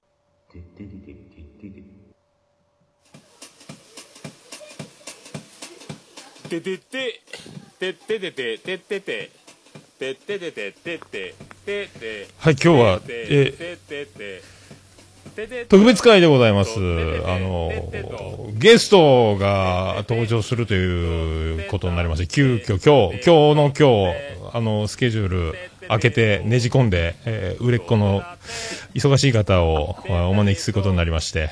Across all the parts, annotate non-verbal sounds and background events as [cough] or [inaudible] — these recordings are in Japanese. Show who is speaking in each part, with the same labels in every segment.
Speaker 1: てってりてってってり
Speaker 2: ててててててててててててててててててて
Speaker 3: はい、今日は、えー、特別会でございます。あのー、ゲストが登場するということになりまして、急遽今日、今日の今日、あのー、スケジュール開けてねじ込んで、えー売れっ子の忙しい方をえーお招きすることになりまして、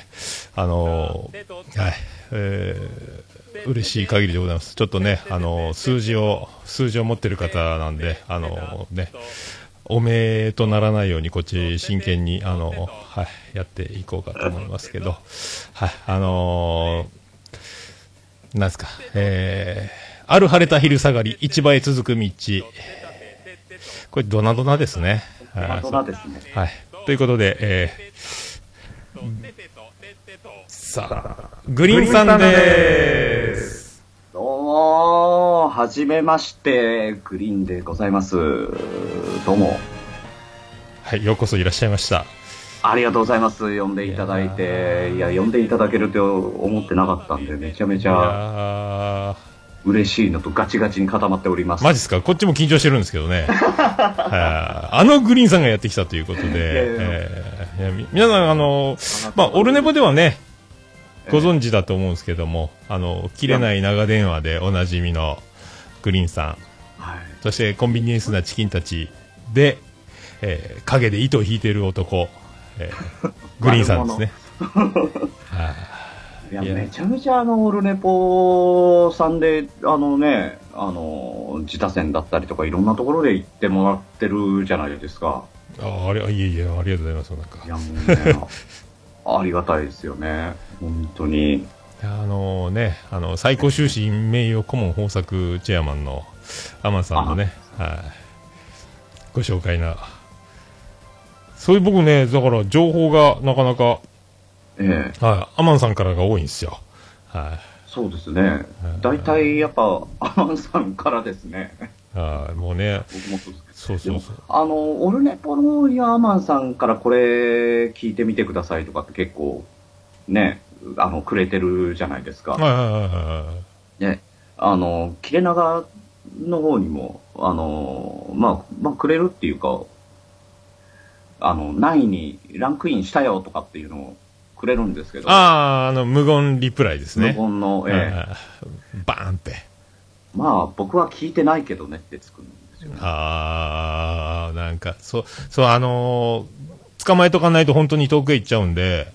Speaker 3: あのー、はい、えー嬉しい限りでございます。ちょっとね、あのー、数字を、数字を持ってる方なんで、あのー、ね、おめえとならないようにこっち真剣にあの、はい、やっていこうかと思いますけど、はい、あのー、なんですか、えー、ある晴れた昼下がり、一倍続く道、これドナドナですね。
Speaker 1: あ
Speaker 3: は
Speaker 1: とだですね
Speaker 3: い、はい、ということで、えー、さあ、グリーンさんでーす。
Speaker 1: どうもはじめましてグリーンでございますどうも
Speaker 3: はい、ようこそいらっしゃいました。
Speaker 1: ありがとうございます呼んでいただいていや呼んでいただけると思ってなかったんでめちゃめち
Speaker 3: い
Speaker 1: ゃ
Speaker 3: やー
Speaker 1: 嬉しいのとガチガチに固まっております
Speaker 3: マジっすかこっちも緊張してるんですけど [laughs] ね。はいあのグリーンさんがやってきたということで、えーいやみ皆さん、あの、まあ、オルネボではね、ご存知だと思うんですけども、あの、切れない長電話でおなじみのグリーンさん、
Speaker 1: はい
Speaker 3: そしてコンビニエンスなチキンたちで、えー影で糸を引いてる男、え [laughs] ーグリーンさんですね。はい
Speaker 1: いや
Speaker 3: いや
Speaker 1: めちゃめちゃあのオルネポさんであのねあの自他戦だったりとかいろんなところで行ってもらってるじゃないですか
Speaker 3: ああれ、いえいえ、ありがとうございます。なんか
Speaker 1: いやもうねありがたいですよね本当に
Speaker 3: いやあのね、あの最高終身名誉顧問豊作チェアマンのアマンさんのね、はい、ご紹介な。そういう僕ね、だから情報がなかなか、
Speaker 1: ええ
Speaker 3: はい、アマンさんからが多いんですよ。は
Speaker 1: そうですね大体やっぱアマンさんからですね
Speaker 3: い、はい、もうね、
Speaker 1: 僕もそうです
Speaker 3: そう
Speaker 1: で
Speaker 3: そう
Speaker 1: も
Speaker 3: そう。
Speaker 1: あのオルネポのいやアマンさんからこれ聞いてみてくださいとかって結構ねあのくれてるじゃないですか
Speaker 3: はいはいはいはいはい。
Speaker 1: ね、あの、切れ長の方にも、あの、まあ、まあ、くれるっていうか、あの、ないにランクインしたよとかっていうのをくれるんですけど、
Speaker 3: ああ、あの、無言リプライです
Speaker 1: 無
Speaker 3: ね。
Speaker 1: 言の、ええ
Speaker 3: はいはいバーンって。
Speaker 1: まあ、僕は聞いてないけどねってつくんですよね。
Speaker 3: あー、なんか、そう、そう、あのー捕まえとかないと本当に遠くへ行っちゃうんで、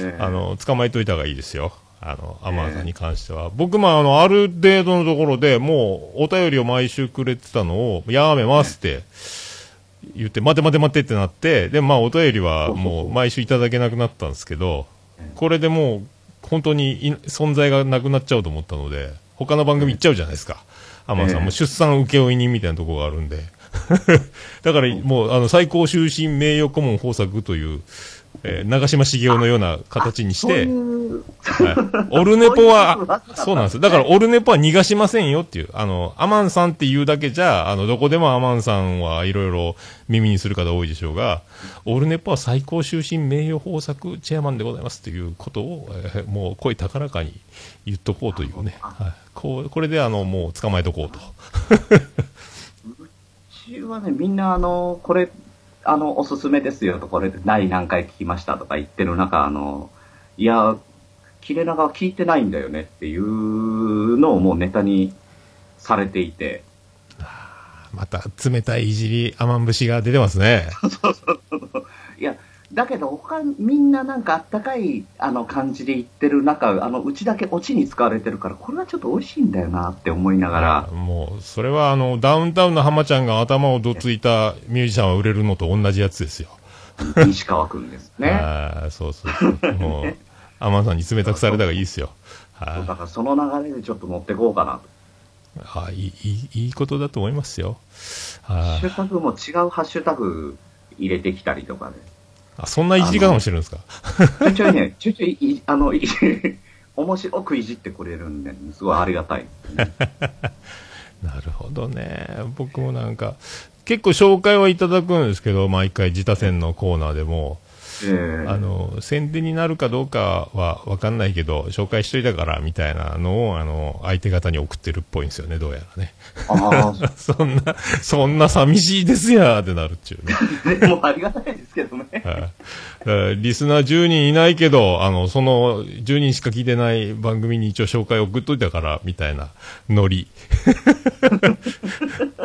Speaker 1: ええ
Speaker 3: あ、の、捕まえといた方がいいですよ。あの、アマンさんに関しては。僕、まあ、あの、ある程度のところでもう、お便りを毎週くれてたのを、やめますって、言って、待て待て待てってなって、で、まあ、お便りはもう、毎週いただけなくなったんですけど、これでもう、本当にい存在がなくなっちゃうと思ったので、他の番組行っちゃうじゃないですか。アマンさん
Speaker 1: え
Speaker 3: も
Speaker 1: え
Speaker 3: 出産請負人みたいなところがあるんで。だから、もう、あの、最高終身名誉顧問豊作という、えー長嶋茂雄のような形にし
Speaker 1: そう
Speaker 3: て、
Speaker 1: いう、
Speaker 3: はいオルネポ
Speaker 1: そういうことだ
Speaker 3: は
Speaker 1: っ、たんですね
Speaker 3: そうなんです。だから、オルネポは逃がしませんよっていう、あの、アマンさんっていうだけじゃ、あの、どこでもアマンさんはいろいろ耳にする方多いでしょうが、オルネポは最高終身名誉豊作チェアマンでございますっていうことを、えーもう声高らかに言っとこうというね、はい、こうこれで、あの、もう捕まえとこうと。
Speaker 1: うちはね、みんな、あの、これ、あの、おすすめですよと、これ、第何回聞きましたとか言ってる中、あの、いや、切れ長は聞いてないんだよねっていうのをもうネタにされていて、
Speaker 3: また、冷たいいじり、アマン節が出てますね。
Speaker 1: いや、だけど他、みんななんかあったかいあの感じで言ってる中、あの、うちだけオチに使われてるから、これはちょっと美味しいんだよなって思いながら、
Speaker 3: もう、それはあの、ダウンタウンの浜ちゃんが頭をどついたミュージシャンは売れるのと同じやつですよ。
Speaker 1: 西川くんですね。
Speaker 3: ああ、そうそうそう。もう、アマンさんに冷たくされたがいいですよ。
Speaker 1: だ
Speaker 3: は
Speaker 1: からその流れでちょっと持ってこうかなと。
Speaker 3: いはい、いい、いいことだと思いますよ。は
Speaker 1: ハッシ
Speaker 3: い
Speaker 1: ュタグも違うハッシュタグ入れてきたりとかね。
Speaker 3: あ。そんないじり方もしてるんですか
Speaker 1: ちょいちょいね、 [laughs] ちょいちょいい、あの、い [laughs] 面白くいじってくれるんで、すごいありがた
Speaker 3: [laughs]
Speaker 1: い。
Speaker 3: なるほどね。僕もなんか、結構紹介はいただくんですけど、毎回自他戦のコーナーでも、
Speaker 1: ええ
Speaker 3: あの、宣伝になるかどうかはわかんないけど、紹介しといたから、みたいなのを、あの、相手方に送ってるっぽいんですよね、どうやらね。 [laughs]
Speaker 1: ああ、
Speaker 3: そんな、そんな寂しいですやーってなるっちゅうね。
Speaker 1: でもありがたいですけどね。
Speaker 3: [laughs] はいだからリスナー10人いないけど、あの、その10人しか聞いてない番組に一応紹介送っといたから、みたいなノ
Speaker 1: [laughs]
Speaker 3: リ。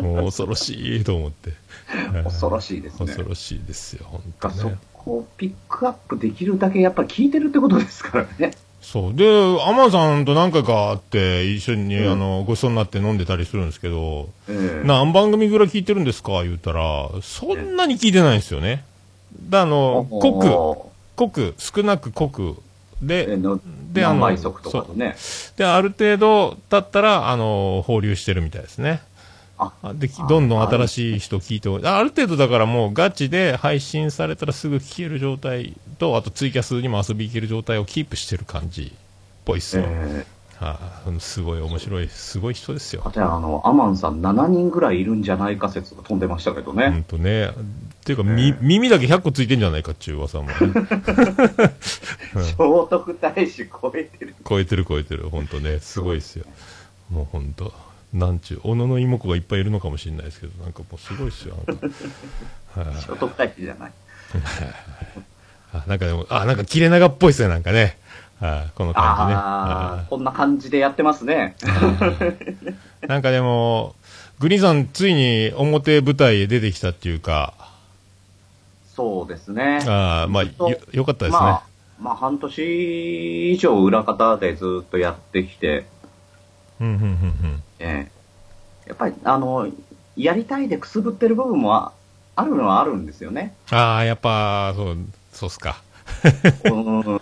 Speaker 3: もう恐ろしいと思って。はい
Speaker 1: 恐ろしいですね
Speaker 3: 恐ろしいですよ、本当
Speaker 1: がそ
Speaker 3: ね。
Speaker 1: こをピックアップできるだけやっぱ聞いてるってことですからね。
Speaker 3: そう。で、アマンさんと何回か会って、一緒に、
Speaker 1: うん
Speaker 3: あの、ごちそうになって飲んでたりするんですけど、
Speaker 1: ええ
Speaker 3: 何番組ぐらい聞いてるんですか言うたら、そんなに聞いてないんですよね。だあの、濃く、濃く、少なく濃く。
Speaker 1: え
Speaker 3: で、
Speaker 1: の
Speaker 3: であ
Speaker 1: 何
Speaker 3: の
Speaker 1: 倍速とかとね。
Speaker 3: で、ある程度経ったら、あの、放流してるみたいですね。
Speaker 1: あ
Speaker 3: あで、き
Speaker 1: あ
Speaker 3: どんどん新しい人聞いておあある程度だからもうガチで配信されたらすぐ聞ける状態と、あとツイキャスにも遊び行ける状態をキープしてる感じっぽいっすよ。
Speaker 1: え
Speaker 3: はいうんすごい面白い、すごい人です
Speaker 1: えか
Speaker 3: よ。
Speaker 1: たやあの、アマンさん7人ぐらいいるんじゃないか説が飛んでましたけど
Speaker 3: ほん
Speaker 1: ね。
Speaker 3: とね。っていうか、み耳だけ100個ついてんじゃないかっていう噂も [laughs] ね、うん
Speaker 1: 聖徳太子超えてる。
Speaker 3: 超えてる超えてる、ほんとね。すごいですよ。もうほんと。なんちゅう、小野の妹子がいっぱいいるのかもしれないですけど、なんかもうすごいですよ。なんかはい
Speaker 1: 聖徳太子じゃない。
Speaker 3: あなんかでも、あ、なんか切れ長っぽいですね、なんかね。はいこの感じね。
Speaker 1: ああ、こんな感じでやってます
Speaker 3: [laughs]
Speaker 1: ね。
Speaker 3: はいなんかでも、グリーンさん、ついに表舞台へ出てきたっていうか、
Speaker 1: そうですね。
Speaker 3: あーまあ、
Speaker 1: ずっと
Speaker 3: よ、よかったですね。
Speaker 1: まあ、まあ半年以上裏方でずっとやってきて、
Speaker 3: うん、うん、うん、うん。
Speaker 1: ええやっぱり、あの、やりたいでくすぶってる部分もああるのはあるんですよね。
Speaker 3: ああ、やっぱ、そう、そうっすか。
Speaker 1: う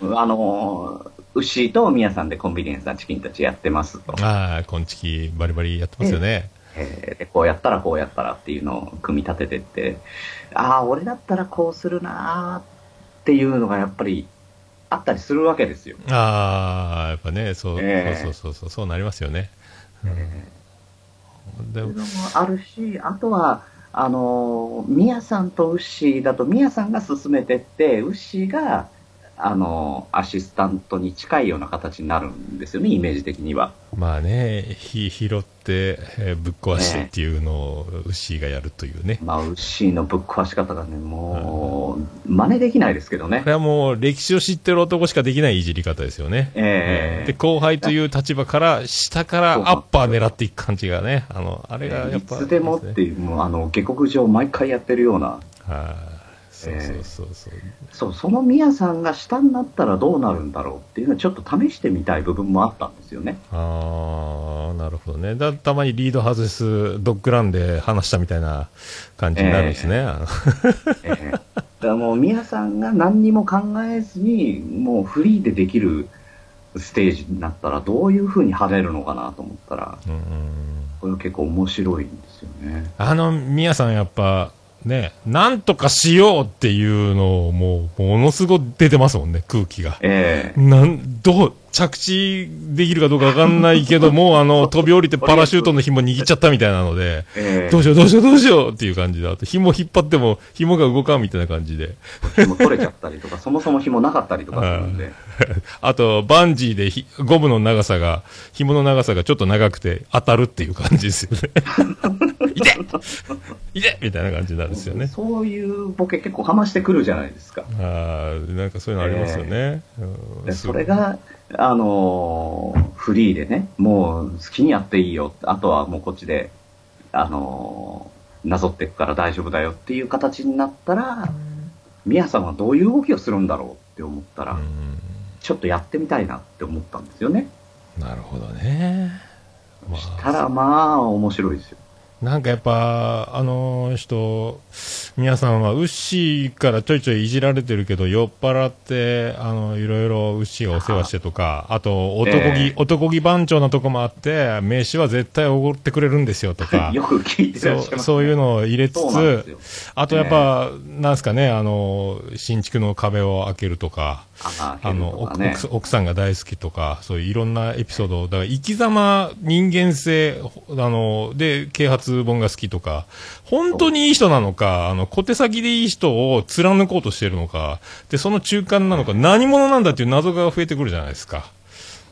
Speaker 1: ん、あの、牛と宮さんでコンビニエンスなチキンたちやってますと。
Speaker 3: ああ、こんちき、バリバリやってますよね。
Speaker 1: えーでこうやったらこうやったらっていうのを組み立ててって、ああ、俺だったらこうするなーっていうのがやっぱりあったりするわけですよ。
Speaker 3: ああ、やっぱね、そう、
Speaker 1: ええ
Speaker 3: そうそうそう、そうなりますよね。うん、で
Speaker 1: そういう
Speaker 3: も
Speaker 1: のもあるし、あとは、あのー、ミヤさんとウッシーだと、ミヤさんが進めてって、ウッシーが、あのー、アシスタントに近いような形になるんですよね、イメージ的には。
Speaker 3: まあね、ひ拾って、えーぶっ壊してっていうのを、牛がやるというね。
Speaker 1: まあ、ウッシーのぶっ壊し方がね、もう、真似できないですけどね
Speaker 3: こ。れはもう歴史を知ってる男しかできないいじり方ですよね。
Speaker 1: ええ
Speaker 3: で、後輩という立場から、下からアッパー狙っていく感じがね、あの、あれがやっ
Speaker 1: い
Speaker 3: ぱ、
Speaker 1: つでもっていう、もう、あの、下克上毎回やってるような。
Speaker 3: はい。そうそうそうそう。
Speaker 1: そう、そのミヤさんが下になったらどうなるんだろうっていうのは、ちょっと試してみたい部分もあったんですよね。
Speaker 3: ああ、なるほどね。だたまにリード外す、ドッグランで話したみたいな感じになるんですね。あの
Speaker 1: ええだからもう、宮さんが何にも考えずに、もうフリーでできるステージになったら、どういうふうに跳ねるのかなと思ったら、
Speaker 3: うんうん
Speaker 1: これ結構面白いんですよね。
Speaker 3: あの、みやさんやっぱ、ね、なんとかしようっていうのをもう、ものすごく出てますもんね、空気が。
Speaker 1: ええ
Speaker 3: なん、どう、着地できるかどうかわかんないけど
Speaker 1: [laughs]
Speaker 3: も、あの、飛び降りてパラシュートの紐握っちゃったみたいなので、
Speaker 1: ええ
Speaker 3: どうしようどうしようどうしようっていう感じで、あと紐引っ張っても紐が動かんみたいな感じで、
Speaker 1: 紐取れちゃったりとか、そもそも紐なかったりとかするんで、
Speaker 3: あと、バンジーでひゴムの長さが、紐の長さがちょっと長くて当たるっていう感じで
Speaker 1: [laughs]
Speaker 3: すよね。いていてみたいな感じになるんですよね。
Speaker 1: そういうボケ結構かましてくるじゃないですか。
Speaker 3: ああ、なんかそういうのありますよね。う
Speaker 1: で
Speaker 3: ん
Speaker 1: それ、が、あのーフリーでね、もう好きにやっていいよ、あとはもうこっちで、あのーなぞっていくから大丈夫だよっていう形になったら、ミヤさんはどういう動きをするんだろうって思った
Speaker 3: う
Speaker 1: ら、
Speaker 3: ん
Speaker 1: ちょっとやってみたいなって思ったんですよね。
Speaker 3: なるほどね。まあ
Speaker 1: たらまあ、面白いですよ。
Speaker 3: なんかやっぱ、あの人、皆さんはウッシーからちょいちょいいじられてるけど、酔っ払って、あの、いろいろウッシーがお世話してとか、あと、男気、
Speaker 1: ええ
Speaker 3: 男気番長なとこもあって、飯は絶対おごってくれるんですよとか、
Speaker 1: [laughs] よく聞いてらっしゃいま
Speaker 3: そう
Speaker 1: す、ね。
Speaker 3: そういうのを入れ
Speaker 1: そ
Speaker 3: つ
Speaker 1: うなんです
Speaker 3: つ、
Speaker 1: よ。
Speaker 3: あとやっぱ、なんすかね、あの、新築の壁を開けるとか、
Speaker 1: あ
Speaker 3: あ
Speaker 1: の、
Speaker 3: の、
Speaker 1: とか
Speaker 3: 奥
Speaker 1: ね
Speaker 3: 奥。奥さんが大好きとか、そういういろんなエピソードを、だから生き様、人間性、ほあの、で、啓発ス本が好きとか、本当にいい人なのか、あの、小手先でいい人を貫こうとしてるのか、で、その中間なのか、何者なんだっていう謎が増えてくるじゃないですか。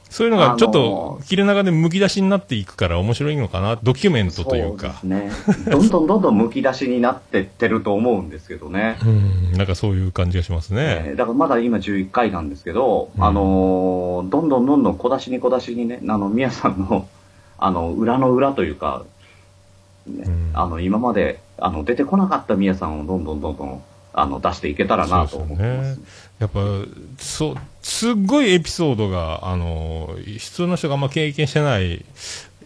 Speaker 3: そういうのがちょっと切れ長でむき出しになっていくから面白いのかな、ドキュメントというか。
Speaker 1: そうですね。どんどんどんどんむき出しになってってると思うんですけどね。
Speaker 3: うん、なんかそういう感じがしますね。
Speaker 1: えーだからまだ今11回なんですけど、
Speaker 3: うん
Speaker 1: あのーどんどんどんどん小出しに小出しにね、あの、宮さんの、あの、裏の裏というか、ね
Speaker 3: うん
Speaker 1: あの、今まで、あの、出てこなかった宮さんをどんどんどんどん、あの、出していけたらなと思ってます。
Speaker 3: そうやっぱ、そう、すっごいエピソードが、あの、普通の人があんま経験してない、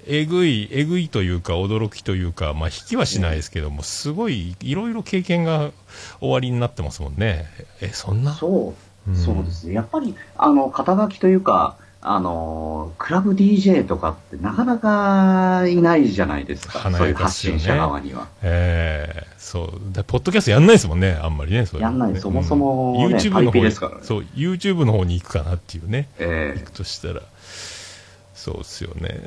Speaker 3: えぐい、えぐいというか、驚きというか、まあ、引きはしないですけども、すごい、いろいろ経験が終わりになってますもんね。え、そんな
Speaker 1: そう
Speaker 3: うん
Speaker 1: そうですね。やっぱり、あの、肩書きというか、あの、クラブ DJ とかってなかなかいないじゃないですか。
Speaker 3: 華
Speaker 1: そういう
Speaker 3: やかっ
Speaker 1: 発
Speaker 3: すよ
Speaker 1: 信
Speaker 3: ね
Speaker 1: 者側には。
Speaker 3: ええそう。でポッドキャストやんないですもんね、あんまりね、それはね
Speaker 1: やんないそもそもね
Speaker 3: うん YouTube の方
Speaker 1: パイピー
Speaker 3: に
Speaker 1: ですからね
Speaker 3: そう、YouTube の方に行くかなっていうね。
Speaker 1: え
Speaker 3: 行くとしたら、そうっすよね。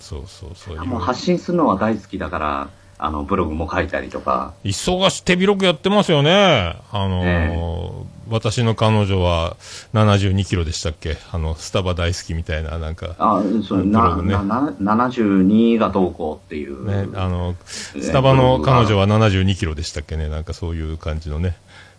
Speaker 3: そうそうそう。
Speaker 1: えもう発信するのは大好きだから、あの、ブログも書いたりとか。
Speaker 3: 忙し、手広くやってますよね。あのー
Speaker 1: え
Speaker 3: 私の彼女は72キロでしたっけあの、スタバ大好きみたいな、なんか、
Speaker 1: あ、そう、
Speaker 3: ブロ
Speaker 1: な、
Speaker 3: グね
Speaker 1: な、な72がどうこうっていう。
Speaker 3: ね、あの、スタバの彼女は72キロでしたっけねなんかそういう感じのね、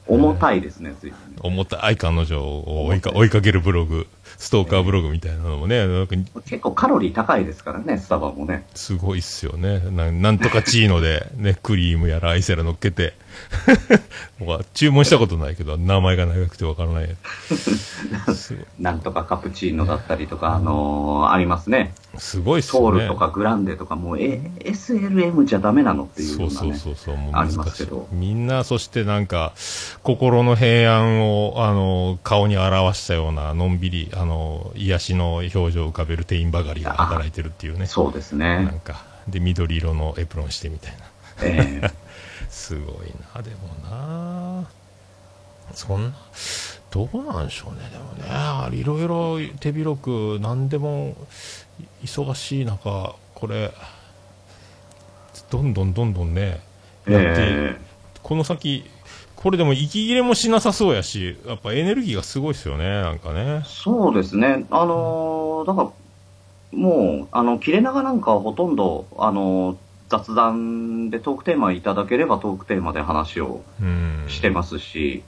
Speaker 1: 重たいですね、随分
Speaker 3: 重たい彼女を追いか追いかけるブログ、ストーカーブログみたいなのもね、なんか
Speaker 1: 結構カロリー高いですからね、スタバもね。
Speaker 3: すごいっすよね。ななんとかチーノで、ね、クリームやらアイスやら乗っけて、 [laughs] 僕は注文したことないけど、名前が長くてわから
Speaker 1: [laughs]
Speaker 3: ない。すごい
Speaker 1: なんとかカプチーノだったりとか、あのーありますね。
Speaker 3: すごいっすよね。
Speaker 1: ソウルとかグランデとか、もう、え SLM じゃダメなのっていう
Speaker 3: そ
Speaker 1: よ
Speaker 3: う
Speaker 1: うな
Speaker 3: そう
Speaker 1: ね。
Speaker 3: そうそう、もう
Speaker 1: あ
Speaker 3: 難
Speaker 1: ります
Speaker 3: し
Speaker 1: け
Speaker 3: い
Speaker 1: ど。
Speaker 3: みんな、そしてなんか、心の平安を、あの、顔に表したような、のんびり、あの、癒しの表情を浮かべる店員ばかりが働いてるっていうね。
Speaker 1: そうです
Speaker 3: な
Speaker 1: ね
Speaker 3: ん。か、で、緑色のエプロンしてみたいな。
Speaker 1: ええ
Speaker 3: すごいな、でもな。そんな、どうなんでしょうね、でもね、あれいろいろ手広く、何でもい忙しい中、これ、どんどんどんどんね、やって、
Speaker 1: ええ
Speaker 3: この先、これでも息切れもしなさそうやし、やっぱエネルギーがすごいですよね、なんかね。
Speaker 1: そうですね。あのーだから、もう、あの、切れ長なんかはほとんど、あのー雑談でトークテーマいただければトークテーマで話を
Speaker 3: うん。
Speaker 1: してますし、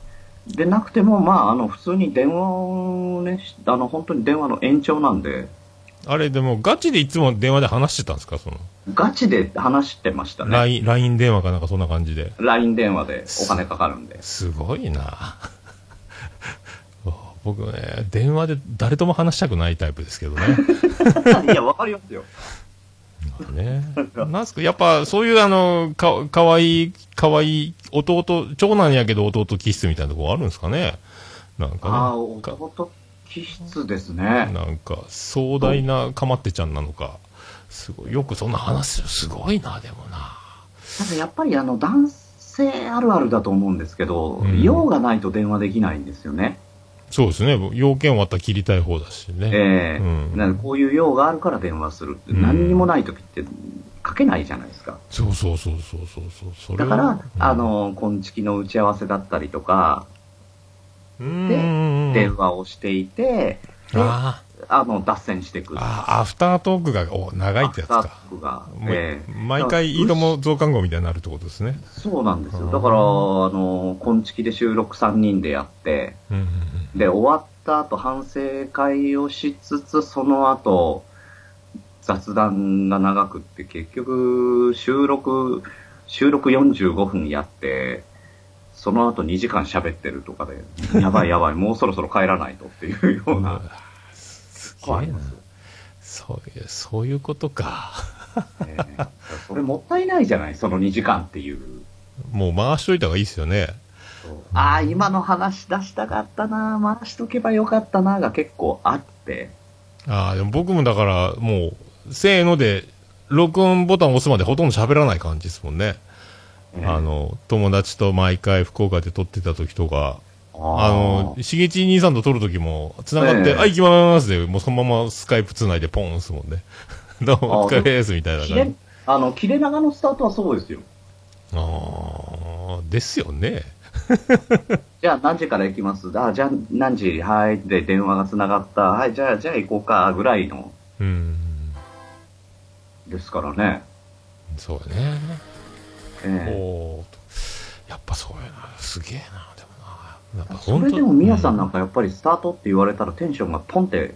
Speaker 1: でなくても、まあ、あの、普通に電話をね、しあの、本当に電話の延長なんで、
Speaker 3: あれ、でもガチでいつも電話で話してたんですか、その、
Speaker 1: ガチで話してましたね。
Speaker 3: LINE、LINE 電話かなんかそんな感じで。
Speaker 1: LINE 電話でお金かかるんで。 [laughs]
Speaker 3: すごいな [laughs] 僕ね電話で誰とも話したくないタイプですけどね [laughs]
Speaker 1: いや、わかりますよ。
Speaker 3: ねなんすかやっぱそういうあのかかわいいかわいい弟長男やけど弟気質みたいなとこあるんですかねなん
Speaker 1: あ
Speaker 3: か
Speaker 1: あ、
Speaker 3: ねか
Speaker 1: 弟気質ですね。
Speaker 3: なんか壮大なかまってちゃんなのかすごいよくそんな話するすごいなでもな
Speaker 1: ただやっぱりあの男性あるあるだと思うんですけど、
Speaker 3: うん
Speaker 1: 用がないと電話できないんですよね。
Speaker 3: そうですね要件終わったら切りたい方だしね、
Speaker 1: ええ
Speaker 3: うん
Speaker 1: なんでこういう用があるから電話するって、
Speaker 3: うん
Speaker 1: 何にもない時ってかけないじゃないですか。
Speaker 3: そうそうそうそうそうそうそれ
Speaker 1: だ
Speaker 3: を
Speaker 1: から、
Speaker 3: うん
Speaker 1: あの、今月の打ち合わせだったりとか、
Speaker 3: うん
Speaker 1: で
Speaker 3: うんうん
Speaker 1: 電話をしていて、であ
Speaker 3: あ
Speaker 1: の、脱線してく
Speaker 3: ー
Speaker 1: る。
Speaker 3: あー、アフタートークがお長いってやつ
Speaker 1: アフタ
Speaker 3: か
Speaker 1: ー。トークが。
Speaker 3: もう
Speaker 1: ええ
Speaker 3: 毎回、いいとも増刊号みたいになるってことですね。
Speaker 1: そうなんですよ。
Speaker 3: うん
Speaker 1: だから、あの、今月で収録3人でやって、
Speaker 3: うんうん
Speaker 1: で、終わった後、反省会をしつつ、その後、雑談が長くって、結局、収録、収録45分やって、その後2時間喋ってるとかで、やばいやばい、もうそろそろ帰らないとっていうよ
Speaker 3: う。
Speaker 1: うん
Speaker 3: う
Speaker 1: な
Speaker 3: わ。すす
Speaker 1: こうあ
Speaker 3: げえ
Speaker 1: り
Speaker 3: な
Speaker 1: ます。
Speaker 3: そういう、そういうことか。
Speaker 1: ねえそれもったいないじゃない、その2時間っていう。
Speaker 3: もう回しといた方がいいですよね。
Speaker 1: ああ、今の話出したかったな、回しとけばよかったな、が結構あって。
Speaker 3: ああ、でも僕もだから、もう、せーので、録音ボタン押すまでほとんど喋らない感じですもんね。あの、友達と毎回福岡で撮ってた時とか、あの、しげち兄さんと撮るときも、繋がって、
Speaker 1: ええ
Speaker 3: あ、行き [laughs] まーすで、もうそのままスカイプ繋いでポン押すもんね。どうも、お疲れーすみたいな
Speaker 1: 切れ
Speaker 3: 感
Speaker 1: あの、切れ長のスタートはそうですよ。
Speaker 3: ああ、ですよね。
Speaker 1: じゃあ何時から行きますあ、じゃあ何時はい。で、電話が繋がった。はい、じゃあ、じゃあ行こうか。ぐらいの、
Speaker 3: うん。
Speaker 1: ですからね。
Speaker 3: そうやね。
Speaker 1: ええ
Speaker 3: おーとやっぱそうやな。すげえな。でもな。やっぱ
Speaker 1: そ
Speaker 3: 本当
Speaker 1: れでも宮さんな
Speaker 3: うん
Speaker 1: かやっぱりスタートって言われたらテンションがポンって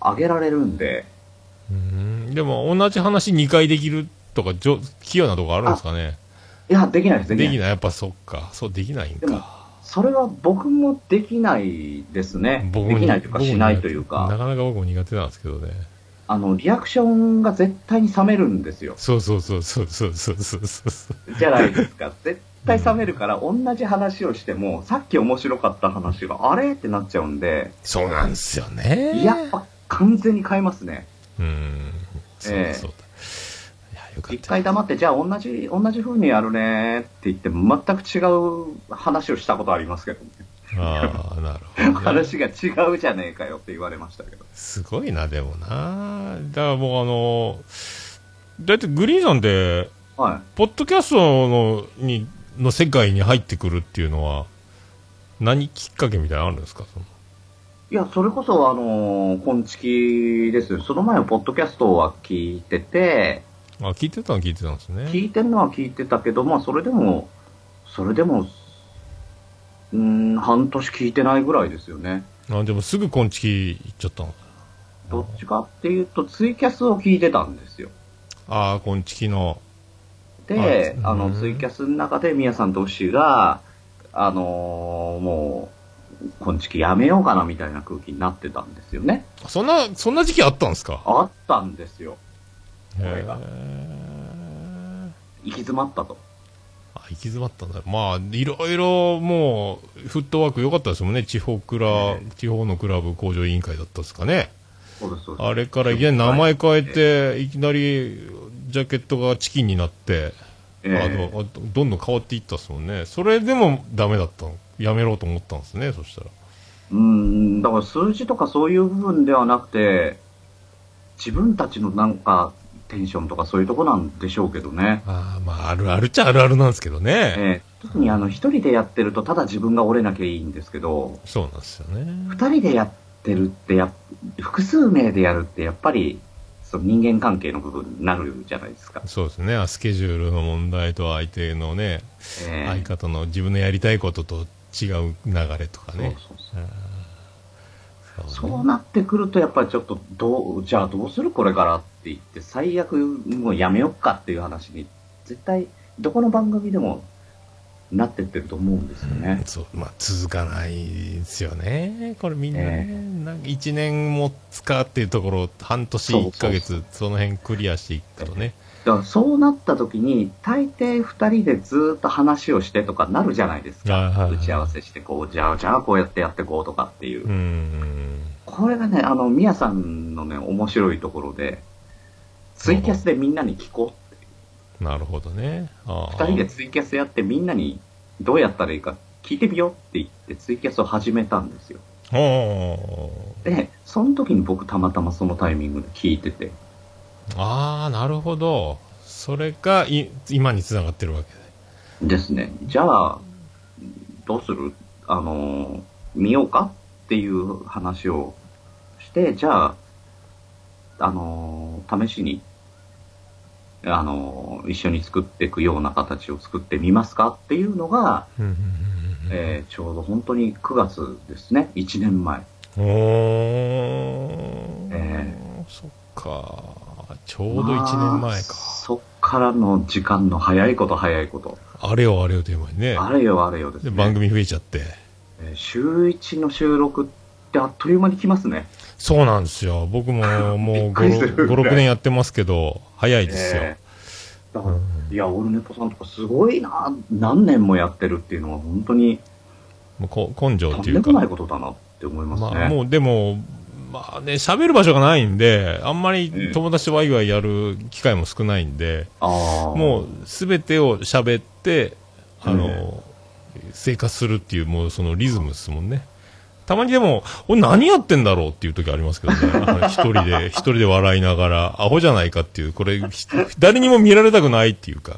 Speaker 1: 上げられるんで、
Speaker 3: ん、うんでも同じ話2回できるとか、じょ器用なとこあるんですかね。
Speaker 1: いや、できないです、
Speaker 3: で
Speaker 1: できない
Speaker 3: きない。やっぱそっか。そう、できないん
Speaker 1: でも
Speaker 3: か。
Speaker 1: それは僕もできないですね。できないというか、
Speaker 3: 僕も
Speaker 1: しないという
Speaker 3: な
Speaker 1: か、
Speaker 3: かなか僕も苦手なんですけどね。
Speaker 1: あの、リアクションが絶対に冷めるんですよ。
Speaker 3: そうそうそうそうそうそうそうそう。
Speaker 1: じゃないですか。絶対冷めるから、同じ話をしても、さっき面白かった話が、あれってなっちゃうんで、
Speaker 3: そうなんですよね。
Speaker 1: やっぱ完全に変えますね。
Speaker 3: うん。そう
Speaker 1: ええ
Speaker 3: だそうだ。いや、よかっ
Speaker 1: 一
Speaker 3: た。
Speaker 1: 回黙って、じゃあ同じ、同じ風にやるねって言って、全く違う話をしたことありますけどね、
Speaker 3: ああ、なるほ
Speaker 1: [laughs]
Speaker 3: どね。
Speaker 1: 話が違うじゃねえかよって言われましたけど。
Speaker 3: すごいな、でもな。だからもうあの、だいたいグリーンさんって、
Speaker 1: はい。
Speaker 3: ポッドキャストのにの世界に入ってくるっていうのは、何きっかけみたいなのあるんですかその
Speaker 1: いや、それこそ、あのー、今月ですよ。その前のポッドキャストは聞いてて、
Speaker 3: あ、聞いてたの聞いてたんですね。
Speaker 1: 聞いてるのは聞いてたけど、まあ、それでも、それでも、うーん、半年聞いてないぐらいですよね。
Speaker 3: あ、でもすぐこんちき行っちゃったの。
Speaker 1: どっちかっていうと、ツイキャスを聞いてたんですよ。
Speaker 3: ああ、こんちきの。
Speaker 1: で、
Speaker 3: あ
Speaker 1: あ
Speaker 3: う
Speaker 1: の、
Speaker 3: ん
Speaker 1: ツイキャスの中で、宮さんと牛が、あのーもう、今月やめようかなみたいな空気になってたんですよね。
Speaker 3: そんな、そんな時期あったんですか
Speaker 1: あったんですよ。
Speaker 3: へ
Speaker 1: れが
Speaker 3: え。
Speaker 1: 行き詰まったと。
Speaker 3: あ、行き詰まったんだ。まあ、いろいろもう、フットワーク良かったですもんね。地方クラ、
Speaker 1: え
Speaker 3: 地方のクラブ工場委員会だったですかね。
Speaker 1: そうです、そうです。
Speaker 3: あれからいきなり名前変えて、いきなりジャケットがチキンになって、
Speaker 1: ええ
Speaker 3: あのあどんどん変わっていったっすもんね。それでもダメだったの。やめろうと思ったんですね、そしたら。
Speaker 1: うーん、だから数字とかそういう部分ではなくて、自分たちのなんかテンションとかそういうとこなんでしょうけどね。
Speaker 3: ああ、まあ、あるあるっちゃあるあるなんですけどね。
Speaker 1: ええ特にあの一人でやってるとただ自分が折れなきゃいいんですけど、
Speaker 3: そうなんですよね。
Speaker 1: 二人でやってるってや、複数名でやるってやっぱり、その人間関係の部分になるじゃないですか。
Speaker 3: そうですね。スケジュールの問題と相手のね、
Speaker 1: ええ
Speaker 3: 相方の自分のやりたいことと違う流れとかね。
Speaker 1: そうそう
Speaker 3: そうね
Speaker 1: そうそうなってくるとやっぱりちょっとどう、じゃあどうするこれからって言って、最悪もうやめよっかっていう話に、絶対どこの番組でもなってってると思うんですよね。
Speaker 3: そうまあ、続かないですよね、これみんなね、
Speaker 1: え
Speaker 3: なんか1年もつかっていうところ、半年、
Speaker 1: そうそう
Speaker 3: 1ヶ月、その辺クリアしていくとね、
Speaker 1: だからそうなった時に、大抵二人でずーっと話をしてとかなるじゃないです
Speaker 3: はいはい
Speaker 1: か。
Speaker 3: はい
Speaker 1: 打ち合わせして、こう、じゃあ、じゃあこうやってやってこうとかっていう
Speaker 3: う。ん、
Speaker 1: これがね、あの、みやさんのね、面白いところで、ツイキャスでみんなに聞こう。
Speaker 3: なるほどね、あ
Speaker 1: 二
Speaker 3: あ
Speaker 1: 人でツイキャスやってみんなにどうやったらいいか聞いてみようって言ってツイキャスを始めたんですよ。
Speaker 3: おー
Speaker 1: で、その時に僕たまたまそのタイミングで聞いてて、
Speaker 3: あー、なるほど、それがい今につながってるわけで、
Speaker 1: ですね。じゃあ、どうするあのー、見ようかっていう話をして、じゃあ、あのー、試しに、あのー、一緒に作っていくような形を作ってみますかっていうのが、
Speaker 3: うんうんうんうん
Speaker 1: えーちょうど本当に9月ですね。1年前。
Speaker 3: おー、
Speaker 1: え
Speaker 3: そっか、ちょうど1年
Speaker 1: まあ
Speaker 3: 前か、
Speaker 1: そっからの時間の早いこと早いこと。
Speaker 3: あれよあれよという間にね、
Speaker 1: あれよあれよです
Speaker 3: で
Speaker 1: ね。
Speaker 3: 番組増えちゃって。
Speaker 1: えー週1の収録ってあっという間に来ますね。
Speaker 3: そうなんですよ。僕もも
Speaker 1: [laughs] び
Speaker 3: う
Speaker 1: っくりする
Speaker 3: 5、
Speaker 1: ぐらい
Speaker 3: 6年やってますけど、早いですよ。
Speaker 1: えーだから、いや、オルネポさんとかすごいな、何年もやってるっていうのは、本当に
Speaker 3: もうこ根性
Speaker 1: とん
Speaker 3: ってい
Speaker 1: で
Speaker 3: うか。
Speaker 1: もないことだなって思いますね。
Speaker 3: まあ、もうでも、まあね、喋る場所がないんで、あんま
Speaker 1: う
Speaker 3: り
Speaker 1: ん
Speaker 3: 友達とワイワイやる機会も少ないんで、
Speaker 1: あー
Speaker 3: もうすべてを喋って、あ
Speaker 1: う
Speaker 3: の、生活するっていう、もうそのリズムですもんね。たまにでも、俺何やってんだろうっていう時ありますけど
Speaker 1: [laughs]
Speaker 3: ね。あの一人で、一人で笑いながら、アホじゃないかっていう、これ、ひ誰にも見られたくないっていうか、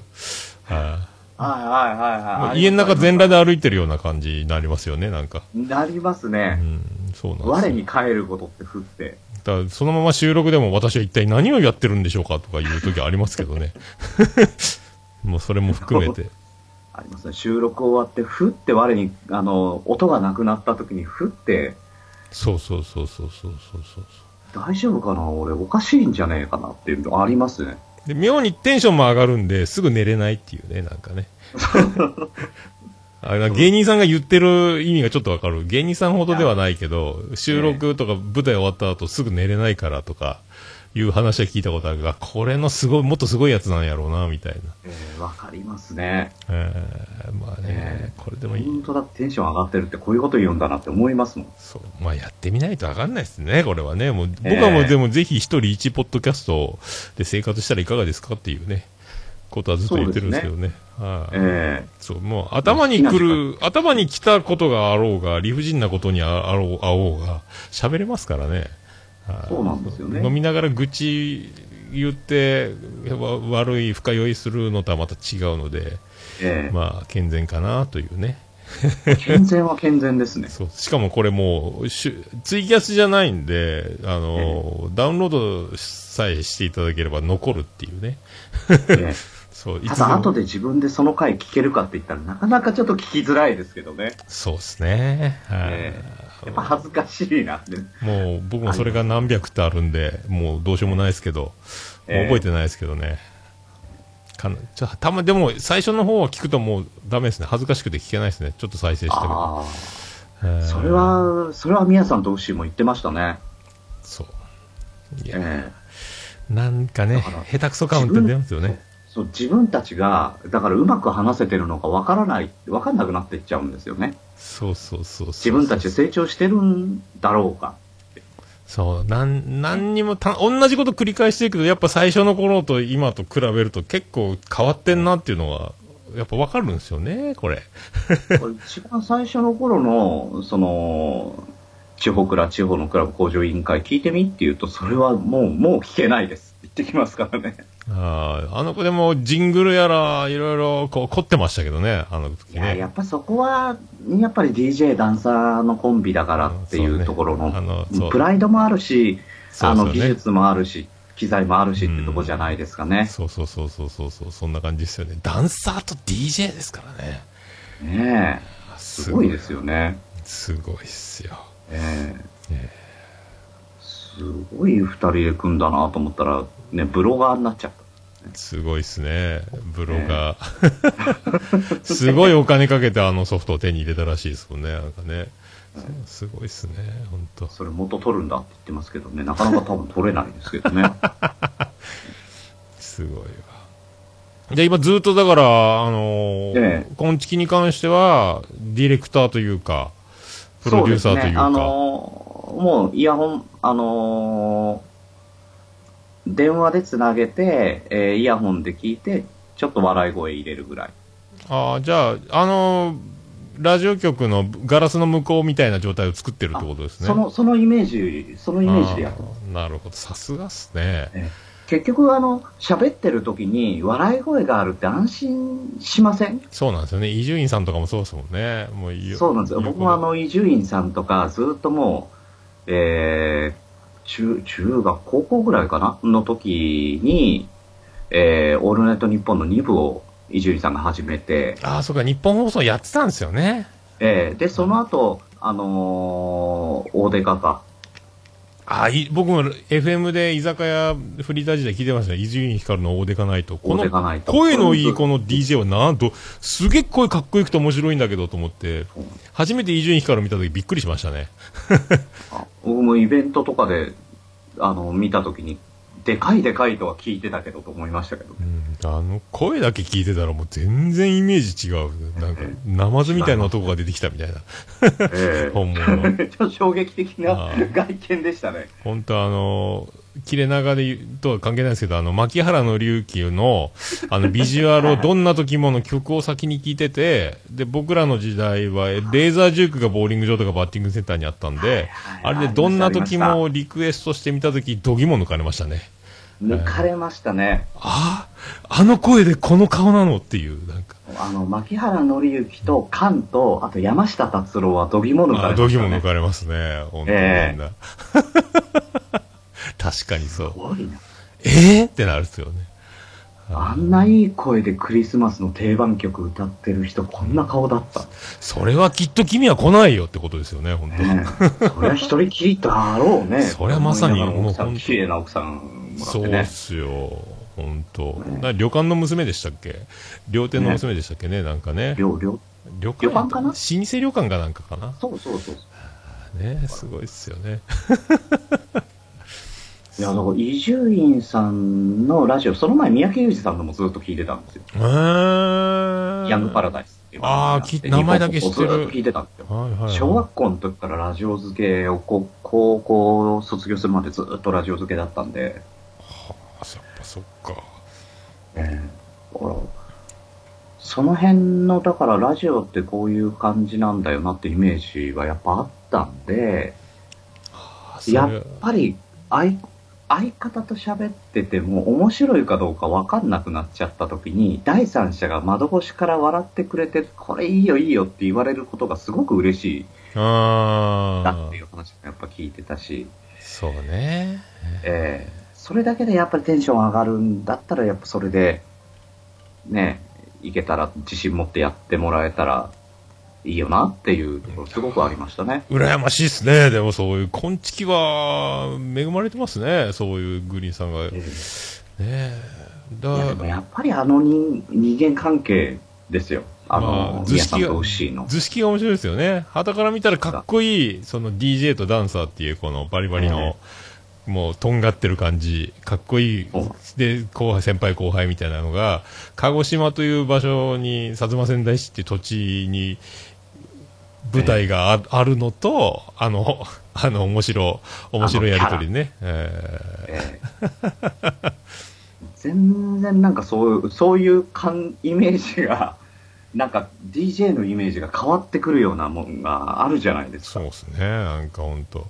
Speaker 1: は
Speaker 3: は
Speaker 1: いはいはいい
Speaker 3: も
Speaker 1: は
Speaker 3: う
Speaker 1: い。
Speaker 3: 家の中全
Speaker 1: 部。
Speaker 3: 裸で歩いてるような感じになりますよね、なんか。
Speaker 1: なります
Speaker 3: う
Speaker 1: ね。
Speaker 3: ん、そうなんですよ
Speaker 1: 我に返ることってふって。
Speaker 3: だからそのまま収録でも私は一体何をやってるんでしょうかとかいう時ありますけ
Speaker 1: [laughs]
Speaker 3: どね。もうそれも含めて。
Speaker 1: ありますね。収録終わって、ふって我に、あの、音がなくなった時に、ふって、
Speaker 3: そうそうそうそうそうそうそう。
Speaker 1: 大丈夫かな俺、おかしいんじゃねえかなっていうのありますね。
Speaker 3: で、妙にテンションも上がるんで、すぐ寝れないっていうね、なんかね。あれ芸人さんが言ってる意味がちょっとわかる。芸人さんほどではないけど、収録とか舞台終わった後すぐ寝れないからとか、いう話は聞いたことあるが、これのすごい、もっとすごいやつなんやろうな、みたいな。
Speaker 1: えーわ、かりますね。
Speaker 3: えー、まあね
Speaker 1: ね、
Speaker 3: これでもいい。
Speaker 1: 本当だってテンション上がってるってこういうこと言うんだなって思いますもん。
Speaker 3: そう。まあ、やってみないとわかんないですね、これはね。もう、僕はもう、でも、ぜひ一人一ポッドキャストで生活したらいかがですかっていうね、ことはずっと言ってるんですけどね。はい、
Speaker 1: ええ
Speaker 3: そう、もう、頭に来る、頭に来たことがあろうが、理不尽なことにああろう、あおうが、喋れますからね。はい
Speaker 1: そうなんですよね
Speaker 3: 飲みながら愚痴言って、わ悪い深酔いするのとはまた違うので、
Speaker 1: ええ
Speaker 3: まあ、健全かなというね。
Speaker 1: 健全は健全です
Speaker 3: [laughs]
Speaker 1: ね。
Speaker 3: そう。しかもこれもう、しゅツイキャスじゃないんで、あの、ダウンロードさえしていただければ残るっていうね。
Speaker 1: ええ
Speaker 3: そう、い
Speaker 1: た
Speaker 3: つで
Speaker 1: だ、後
Speaker 3: も。
Speaker 1: で自分でその回聞けるかって言ったら、なかなかちょっと聞きづらいですけどね。
Speaker 3: そうですね。はい、
Speaker 1: ええやっぱ恥ずかしいなって。
Speaker 3: もう、僕もそれが何百ってあるんで、もうどうしようもないですけど、
Speaker 1: ええ
Speaker 3: もう覚えてないですけどね。かなちょたま、でも、最初の方は聞くともうダメですね。恥ずかしくて聞けないですね。ちょっと再生したけど。
Speaker 1: あ
Speaker 3: え
Speaker 1: あ、
Speaker 3: え
Speaker 1: それ。は、それは宮さんと牛も言ってましたね。
Speaker 3: そう。いや、
Speaker 1: ええ
Speaker 3: なんかね
Speaker 1: だから、
Speaker 3: 下手くそ感って出ますよね。
Speaker 1: そう自分たちが、だからうまく話せてるのかわからない、わかんなくなっていっちゃうんですよね。
Speaker 3: そうそうそうそう。
Speaker 1: 自分たち成長してるんだろうか。
Speaker 3: そう、なん、なんにもた、同じこと繰り返してるけど、やっぱ最初の頃と今と比べると結構変わってんなっていうのは、やっぱわかるんですよね、これ。
Speaker 1: これ一番最初の頃の、その、地方クラ、地方のクラブ工場委員会聞いてみって言うと、それはもう、もう聞けないです。言ってきますからね。
Speaker 3: あーあの子でも、ジングルやら、いろいろ、こう、凝ってましたけどね、あの時
Speaker 1: いや、や
Speaker 3: ね。
Speaker 1: っぱそこは、やっぱり DJ、ダンサーのコンビだからってい
Speaker 3: うんそう
Speaker 1: う
Speaker 3: ね
Speaker 1: ところ
Speaker 3: あの
Speaker 1: の
Speaker 3: そう、
Speaker 1: プライドもあるし、
Speaker 3: そう
Speaker 1: あ
Speaker 3: ですよ
Speaker 1: の、技
Speaker 3: ね
Speaker 1: 術もあるし、機材もあるしってとこじゃないですかね。
Speaker 3: そうそうそうそうそうそう、そんな感じですよね。ダンサーと DJ ですからね。
Speaker 1: ねえ。すごいですよね。
Speaker 3: すごいっすよ。
Speaker 1: ええ
Speaker 3: え
Speaker 1: すごい二人で組んだなと思ったら、ね、ブロガーになっちゃった。
Speaker 3: すごいっすね、ブロガー。 [laughs] すごいお金かけてあのソフトを手に入れたらしいですもんね、なんかね。すごいっすね、ほんと。
Speaker 1: それ元取るんだって言ってますけどね、なかなか多分取れないですけどね。
Speaker 3: すごいわ。で、今ずっとだから、あのー
Speaker 1: え、
Speaker 3: コンチキに関しては、ディレクターというか、 [laughs] プロデューサーという
Speaker 1: あ
Speaker 3: か。
Speaker 1: のーもうイヤホン、あのー電話でつなげて、えーイヤホンで聞いて、ちょっと笑い声入れるぐらい。
Speaker 3: ああ、じゃあ、あのーラジオ局のガラスの向こうみたいな状態を作ってるってことですね。
Speaker 1: その、そのイメージ、そのイメージでやってます。
Speaker 3: あーなるほど。さすがっすね。
Speaker 1: ええ結局、あの、喋ってる時に笑い声があるって安心しません
Speaker 3: そうなんですよね。伊集院さんとかもそうですもんね。もういいよ
Speaker 1: そうなんですよ。僕もあ、の、伊集院さんとか、ずっともう、えー、中、中学、高校ぐらいかなの時に、えー、オールナイトニッポンの2部を伊集院さんが始めて、
Speaker 3: ああ、そうか、日本放送やってたんですよね。
Speaker 1: えー、で、その後、あのー、大出かか。
Speaker 3: ああ、い僕も FM で居酒屋フリーター時代聞いてましたね。伊集院光の大手かないと。こ
Speaker 1: 大手かな
Speaker 3: の
Speaker 1: いと
Speaker 3: 声のいいこの DJ はなんと、すげえ声かっこよくて面白いんだけどと思って、初めて伊集院光を見た時びっくりしましたね。
Speaker 1: あ僕もイベントとかで、あの、見た時に、でかいでかいとは聞いてたけどと思いましたけ
Speaker 3: [laughs]
Speaker 1: ど、
Speaker 3: うん、あの声だけ聞いてたらもう全然イメージ違う。なんか、ナマズみたいな男が出てきたみたいな。
Speaker 1: え
Speaker 3: 本物の。
Speaker 1: [laughs] ー、ちょっと衝撃的な
Speaker 3: あー
Speaker 1: 外見でしたね。
Speaker 3: 本当あの切れ長で言うとは関係ないですけど、あの、牧原の隆起の、あの、ビジュアルをどんな時もの曲を先に聞いてて、で、僕らの時代は、レーザージュークがボーリング場とかバッティングセンターにあったんで、あれでどんな時もリクエストしてみた時、度肝抜かれましたね。
Speaker 1: 抜かれましたね。
Speaker 3: ああ、あの声でこの顔なのっていう、なんか、
Speaker 1: あの、牧原紀之と菅と、あと山下達郎は度肝抜か
Speaker 3: あ
Speaker 1: れ
Speaker 3: 度
Speaker 1: ました
Speaker 3: 肝
Speaker 1: ね
Speaker 3: 抜。かれますね。本当にみんな。
Speaker 1: え
Speaker 3: [laughs] 確かにそう。
Speaker 1: すごいな。
Speaker 3: えー、ってなるっすよね。
Speaker 1: あんないい声でクリスマスの定番曲歌ってる人、こんな顔だった。
Speaker 3: それはきっと君は来ないよってことですよね、本当。
Speaker 1: ねえ、そりゃ一人きりだろうね。
Speaker 3: そりゃまさに
Speaker 1: 思いながら
Speaker 3: もう
Speaker 1: 奥さ
Speaker 3: 本
Speaker 1: ん、
Speaker 3: 当
Speaker 1: 綺麗な奥さんもらっ
Speaker 3: そ
Speaker 1: て
Speaker 3: うっ
Speaker 1: ね。
Speaker 3: すよ、本当。な旅館の娘でしたっけ料亭の娘でしたっけね、なんかね。
Speaker 1: 両両
Speaker 3: 旅館
Speaker 1: 旅館かな
Speaker 3: 老舗旅館かなんかかな。
Speaker 1: そうそうそう。
Speaker 3: ね、すごいっすよね。
Speaker 1: いや、だから伊集院さんのラジオ、その前三宅裕二さんのもずっと聞いてたんですよ。
Speaker 3: うーん。
Speaker 1: ヤングパラダ
Speaker 3: ダ
Speaker 1: イスっていう番組が
Speaker 3: あー
Speaker 1: って
Speaker 3: 聞い名前だけ知って
Speaker 1: 日本
Speaker 3: る
Speaker 1: 放送ずと聞いてたんですよ。
Speaker 3: はいはいはい。
Speaker 1: 小学校の時からラジオ漬けをこ高校を卒業するまでずっとラジオ漬けだったんで、
Speaker 3: あそっかそっか。
Speaker 1: ええだからその辺のだからラジオってこういう感じなんだよなってイメージはやっぱあったんで
Speaker 3: あそれ
Speaker 1: やっぱり相相方と喋ってても面白いかどうか分かんなくなっちゃった時に第三者が窓越しから笑ってくれてこれいいよいいよって言われることがすごく嬉しいな
Speaker 3: あ
Speaker 1: ってい
Speaker 3: ー
Speaker 1: う話もやっぱ聞いてたし。
Speaker 3: そうね。
Speaker 1: ええそれだけでやっぱりテンション上がるんだったら、やっぱそれで、ね、いけたら、自信持ってやってもらえたらいいよなっていうところ、すごくありましたね。
Speaker 3: 羨ましいですね。でもそういう、こんちきは、恵まれてますね。そういうグリーンさんが。ね
Speaker 1: え
Speaker 3: え。
Speaker 1: えいやで
Speaker 3: だ
Speaker 1: もやっぱりあの人人間関係ですよ。あ
Speaker 3: まあ
Speaker 1: の、
Speaker 3: 図
Speaker 1: 宮
Speaker 3: 式
Speaker 1: さ
Speaker 3: が
Speaker 1: んとウッシーの。
Speaker 3: 図式が面白いですよね。旗から見たらかっこいい、その DJ とダンサーっていう、このバリバリの、もうとんがってる感じ、かっこいい
Speaker 1: そう。
Speaker 3: で、後輩、先輩後輩みたいなのが、鹿児島という場所に、薩摩仙台市っていう土地に、舞台があ,、あるのと、あの、あの、面白、面白いやりとりね。え
Speaker 1: ええ全然なんかそういう、そういう感イメージが、なんか DJ のイメージが変わってくるようなもんがあるじゃないで
Speaker 3: ー
Speaker 1: す
Speaker 3: そ
Speaker 1: か
Speaker 3: う。ですね。なんか本当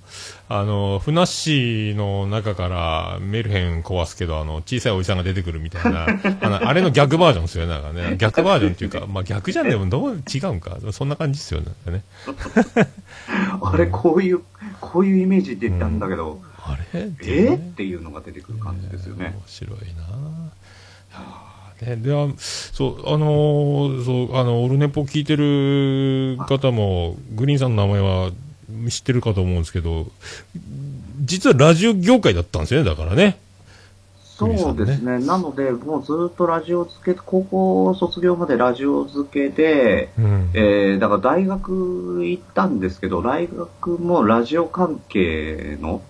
Speaker 3: あの、ふなっしーの中からメルヘン壊すけど、あの、小さいおじさんが出てくるみたいな、 [laughs] あのあれの逆バージョンですよね。なんかね、逆バージョンっていうか、まあ逆じゃんでもどう違うんか。そんな感じですよね。なんかね
Speaker 1: あれ、こういう、こういうイメージで言ったんだけど、
Speaker 3: あれって
Speaker 1: え
Speaker 3: いう
Speaker 1: ー
Speaker 3: ね
Speaker 1: っていうのが出てくる感じですよね
Speaker 3: 面。白いな。いやーね、ではそうあのーそうあのオルネポ聞いてる方もグリーンさんの名前は知ってるかと思うんですけど実はラジオ業界だったんですよねだからね
Speaker 1: そうですね。なので、もうずっとラジオ付け、高校卒業までラジオ付けで、
Speaker 3: うん
Speaker 1: えー、だから大学行ったんですけど、大学もラジオ関係の